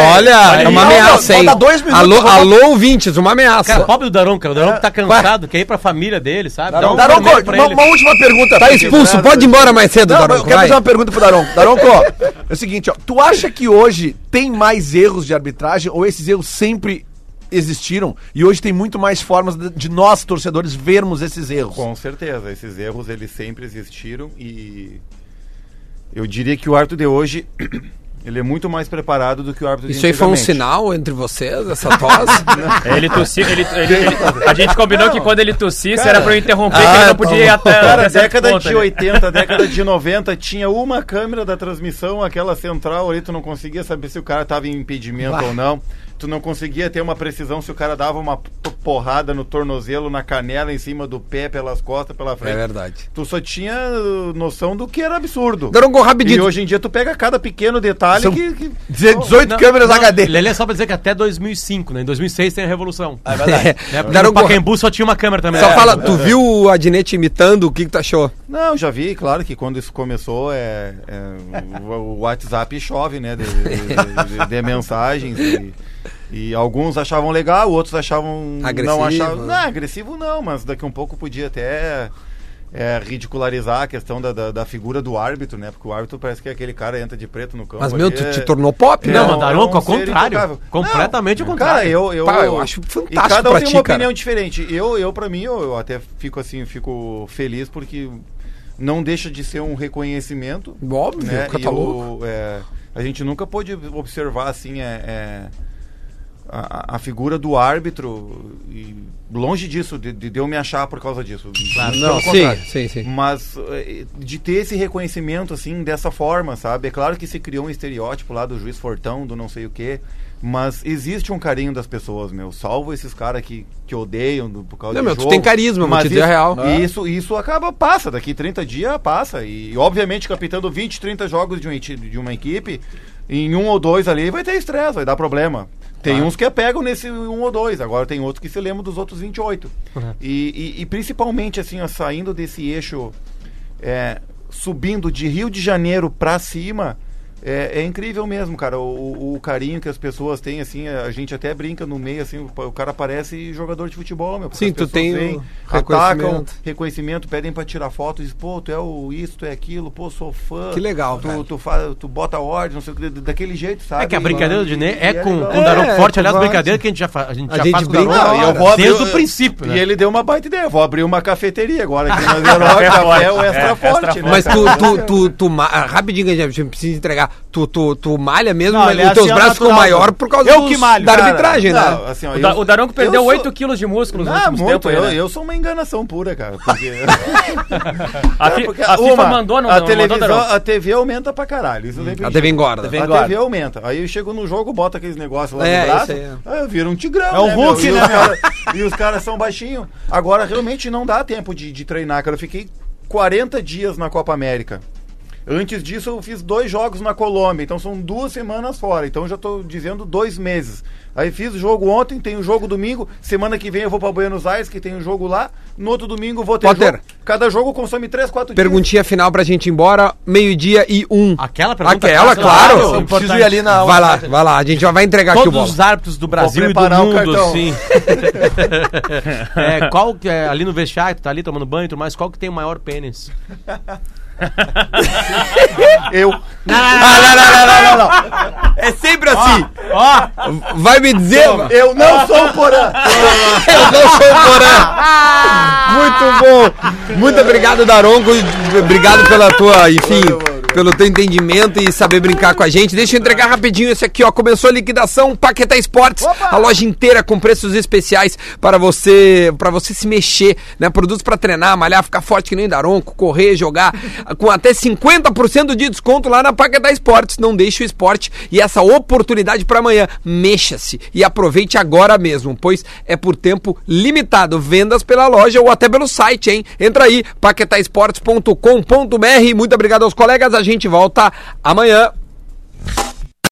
Speaker 1: é uma
Speaker 6: Não,
Speaker 1: ameaça,
Speaker 6: não,
Speaker 1: hein?
Speaker 6: falta dois minutos,
Speaker 1: alô,
Speaker 6: vou-
Speaker 1: alô, ouvintes, uma ameaça.
Speaker 7: Cara, pobre do Daron, cara. O Daron tá cansado, quer ir pra família dele, sabe?
Speaker 1: é
Speaker 7: Dá um
Speaker 6: Daronco,
Speaker 7: primeiro pra
Speaker 6: uma,
Speaker 7: ele.
Speaker 6: uma última pergunta.
Speaker 1: tá expulso,
Speaker 7: né?
Speaker 1: pode ir embora mais cedo,
Speaker 6: Não, mas
Speaker 1: Daronco,
Speaker 6: eu quero
Speaker 1: vai.
Speaker 6: fazer uma pergunta pro Daronco. Daronco, ó, é o seguinte, ó, tu acha que hoje tem mais erros de arbitragem ou esses erros sempre existiram e hoje tem muito mais formas de- de nós torcedores vermos esses erros?
Speaker 4: Com certeza, esses erros eles sempre existiram e eu diria que o árbitro de hoje ele é muito mais preparado do que o árbitro de
Speaker 1: Isso aí foi um
Speaker 4: antigamente.
Speaker 1: sinal entre vocês, essa tosse?
Speaker 5: Ele tossiu, ele, ele- ele- a gente combinou que quando ele tossisse era pra eu interromper, que ele
Speaker 6: Ah,
Speaker 5: não podia ir
Speaker 7: tá
Speaker 5: até,
Speaker 4: Cara,
Speaker 5: É, até certo
Speaker 4: década
Speaker 5: ponto
Speaker 4: de
Speaker 5: ali.
Speaker 4: 80, década de 90, tinha uma câmera da transmissão, aquela central ali, tu não conseguia saber se o cara tava em impedimento ou não. tu não conseguia ter uma precisão se o cara dava uma p- porrada no tornozelo, na canela, em cima do pé, pelas costas, pela frente.
Speaker 1: É verdade.
Speaker 4: Tu só tinha uh, noção do que era absurdo.
Speaker 1: Daronco,
Speaker 4: E
Speaker 1: rapidinho.
Speaker 4: hoje em dia tu pega cada pequeno detalhe
Speaker 6: São
Speaker 4: que, que-
Speaker 6: 18
Speaker 7: Não,
Speaker 6: câmeras
Speaker 7: não,
Speaker 6: HD.
Speaker 7: Lelê, é só pra dizer que até 2005, né? Em 2006 tem a Revolução. É Né? Porque no
Speaker 1: Daronco,
Speaker 7: Pacaembu só tinha uma câmera também.
Speaker 1: só
Speaker 7: É.
Speaker 1: fala, tu viu o Adnet imitando? O que, que tu achou?
Speaker 4: Não, já vi, claro que quando isso começou, é, é, o, o WhatsApp chove, né? De, de- de- de mensagens. E, e alguns achavam legal, outros achavam.
Speaker 1: Agressivo.
Speaker 4: Não, achavam, não, agressivo não, mas daqui um pouco podia até é, ridicularizar a questão da, da, da figura do árbitro, né? Porque o árbitro parece que é aquele cara que entra de preto no campo.
Speaker 1: Mas, meu,
Speaker 4: ali,
Speaker 1: tu
Speaker 4: é-
Speaker 1: te tornou pop,
Speaker 4: é
Speaker 1: né?
Speaker 7: Não,
Speaker 4: um-
Speaker 7: mas Daronco,
Speaker 4: é um
Speaker 7: ao
Speaker 4: ser
Speaker 7: contrário.
Speaker 4: intocável.
Speaker 7: Completamente ao
Speaker 4: Não,
Speaker 7: contrário.
Speaker 4: Cara, eu, eu,
Speaker 1: Pá, eu acho fantástico
Speaker 4: E cada um
Speaker 1: pra
Speaker 4: tem
Speaker 1: ti,
Speaker 4: uma
Speaker 1: cara.
Speaker 4: opinião diferente. Eu, eu para mim, eu, eu até fico assim, fico feliz porque não deixa de ser um reconhecimento.
Speaker 1: Óbvio,
Speaker 4: Né?
Speaker 1: cara,
Speaker 4: E
Speaker 1: tá
Speaker 4: o-
Speaker 1: louco.
Speaker 4: é, a gente nunca pôde observar assim é, é, a, a figura do árbitro e longe disso de, de eu me achar por causa disso.
Speaker 1: Não,
Speaker 4: Pelo
Speaker 1: sim,
Speaker 4: contrário.
Speaker 1: sim, sim.
Speaker 4: Mas eh, de ter esse reconhecimento, assim, dessa forma, sabe? É claro que se criou um estereótipo lá do juiz fortão, do não sei o quê. Mas existe um carinho das pessoas, meu. Salvo esses caras que, que odeiam do- por causa
Speaker 1: Não,
Speaker 4: do
Speaker 1: meu, tu
Speaker 4: jogo.
Speaker 1: tem carisma, vou te dizer a real.
Speaker 4: e Isso, isso acaba, passa. Daqui 30 dias, passa. E, obviamente, capitando 20, 30 jogos de, um enti- de uma equipe, em um ou dois ali vai ter estresse, vai dar problema. Tem uns que pegam nesse um ou dois, agora tem outros que se lembram dos outros 28.
Speaker 1: Uhum.
Speaker 4: E, e, e principalmente, assim, ó, saindo desse eixo é, subindo de Rio de Janeiro pra cima é, é incrível mesmo, cara. O, o- o carinho que as pessoas têm, assim, a gente até brinca no meio, assim, o, pa- o cara parece jogador de futebol, meu. porque
Speaker 1: Sim,
Speaker 4: as
Speaker 1: tu
Speaker 4: pessoas
Speaker 1: tem o
Speaker 4: vêm,
Speaker 1: reconhecimento.
Speaker 4: atacam, reconhecimento, pedem pra tirar foto, diz, pô, tu é o isso, tu é aquilo, pô, sou fã.
Speaker 1: Que legal, cara.
Speaker 4: Tu, tu, faz, tu bota ordem, não sei o que, daquele jeito, sabe?
Speaker 7: É que a brincadeira do Dinei é,
Speaker 4: E
Speaker 7: com,
Speaker 4: legal.
Speaker 7: com o Daronco
Speaker 1: É,
Speaker 7: Forte.
Speaker 1: com
Speaker 7: Aliás, a
Speaker 1: Forte.
Speaker 7: brincadeira que a gente já, fa- a gente
Speaker 1: A
Speaker 7: já
Speaker 1: gente
Speaker 7: faz com o
Speaker 1: brinca,
Speaker 7: Daronco
Speaker 1: Não,
Speaker 4: Não, e eu vou abrir,
Speaker 7: desde o princípio,
Speaker 4: E
Speaker 7: né?
Speaker 4: ele deu uma baita ideia. Eu vou abrir uma cafeteria agora aqui na Verói,
Speaker 5: forte.
Speaker 4: café o extra
Speaker 5: É,
Speaker 4: forte,
Speaker 5: extra
Speaker 4: né?
Speaker 1: Mas tu,
Speaker 4: cara?
Speaker 1: tu, tu, tu ma- ah, rapidinho, gente, eu preciso entregar. Tu, tu, tu malha mesmo,
Speaker 3: Não,
Speaker 1: mas
Speaker 3: ele é
Speaker 1: os teus
Speaker 3: assim, é
Speaker 1: braços ficam
Speaker 3: natural,
Speaker 1: maiores
Speaker 3: né?
Speaker 1: por causa
Speaker 3: Eu
Speaker 1: dos-
Speaker 3: que malho,
Speaker 1: da
Speaker 4: Cara,
Speaker 1: arbitragem,
Speaker 4: não,
Speaker 1: né?
Speaker 4: assim, ó,
Speaker 5: O, da,
Speaker 4: eu-
Speaker 5: o Daronco perdeu
Speaker 4: eu sou-
Speaker 5: 8 quilos de músculo nos
Speaker 4: Ah,
Speaker 5: últimos
Speaker 4: muito.
Speaker 5: tempos. aí,
Speaker 4: eu,
Speaker 5: né?
Speaker 4: eu sou uma enganação pura, cara. Porque,
Speaker 5: a, fi-
Speaker 4: porque
Speaker 5: a FIFA
Speaker 4: uma,
Speaker 5: mandou, não,
Speaker 4: a
Speaker 5: não mandou
Speaker 4: televisão,
Speaker 5: Daronco. Hum.
Speaker 4: a TV aumenta pra caralho. Isso sempre
Speaker 1: A
Speaker 4: me
Speaker 1: TV engorda.
Speaker 4: a TV aumenta. Aí eu chego no jogo, boto aqueles negócios lá
Speaker 1: É,
Speaker 4: no braço,
Speaker 1: isso aí, é.
Speaker 4: aí eu viro um tigrão.
Speaker 3: É o
Speaker 4: meu?
Speaker 3: Hulk,
Speaker 4: e
Speaker 3: né,
Speaker 4: Os cara, e os caras são baixinhos. Agora, realmente, não dá tempo de, de treinar, cara. Eu fiquei 40 dias na Copa América. Antes disso, eu fiz dois jogos na Colômbia, então são duas semanas fora. Então já tô dizendo dois meses. Aí fiz o jogo ontem, tem o jogo domingo. Semana que vem eu vou pra Buenos Aires, que tem um jogo lá. No outro domingo eu vou ter
Speaker 1: Potter.
Speaker 4: jogo. Cada jogo consome três, quatro dias.
Speaker 1: Perguntinha final pra gente ir embora, meio-dia e um.
Speaker 7: Aquela pergunta
Speaker 4: é
Speaker 1: Aquela,
Speaker 7: clássica,
Speaker 1: claro.
Speaker 7: claro,
Speaker 6: Eu preciso ir ali na.
Speaker 1: Vai lá, vai lá, a gente já vai entregar aqui o
Speaker 7: Todos
Speaker 1: bola.
Speaker 7: os árbitros do Brasil e do
Speaker 4: preparar o
Speaker 7: mundo,
Speaker 4: cartão.
Speaker 7: sim. é, qual que é, ali no vestiário, tu tá ali tomando banho e tudo mais, qual que tem o maior pênis?
Speaker 4: Eu.
Speaker 1: Ah, não, não, não, não, não,
Speaker 6: É sempre assim.
Speaker 7: Ó,
Speaker 1: não. Vai me dizer, mano.
Speaker 4: Eu não sou um o Porã.
Speaker 1: Eu não sou o Porã. Muito bom. Muito obrigado, Daronco. Obrigado pela tua, enfim, pelo teu entendimento e saber brincar com a gente. Deixa eu entregar rapidinho esse aqui, ó. Começou a liquidação Paquetá Esportes. A loja inteira com preços especiais para você, para você se mexer, né? Produtos para treinar, malhar, ficar forte que nem Daronco, correr, jogar, com até 50% de desconto lá na Paquetá Esportes. Não deixe o esporte e essa oportunidade para amanhã. Mexa-se e aproveite agora mesmo, pois é por tempo limitado. Vendas pela loja ou até pelo site, hein? Entra aí, paquetaesportes.com.br. Muito obrigado aos colegas. A gente volta amanhã.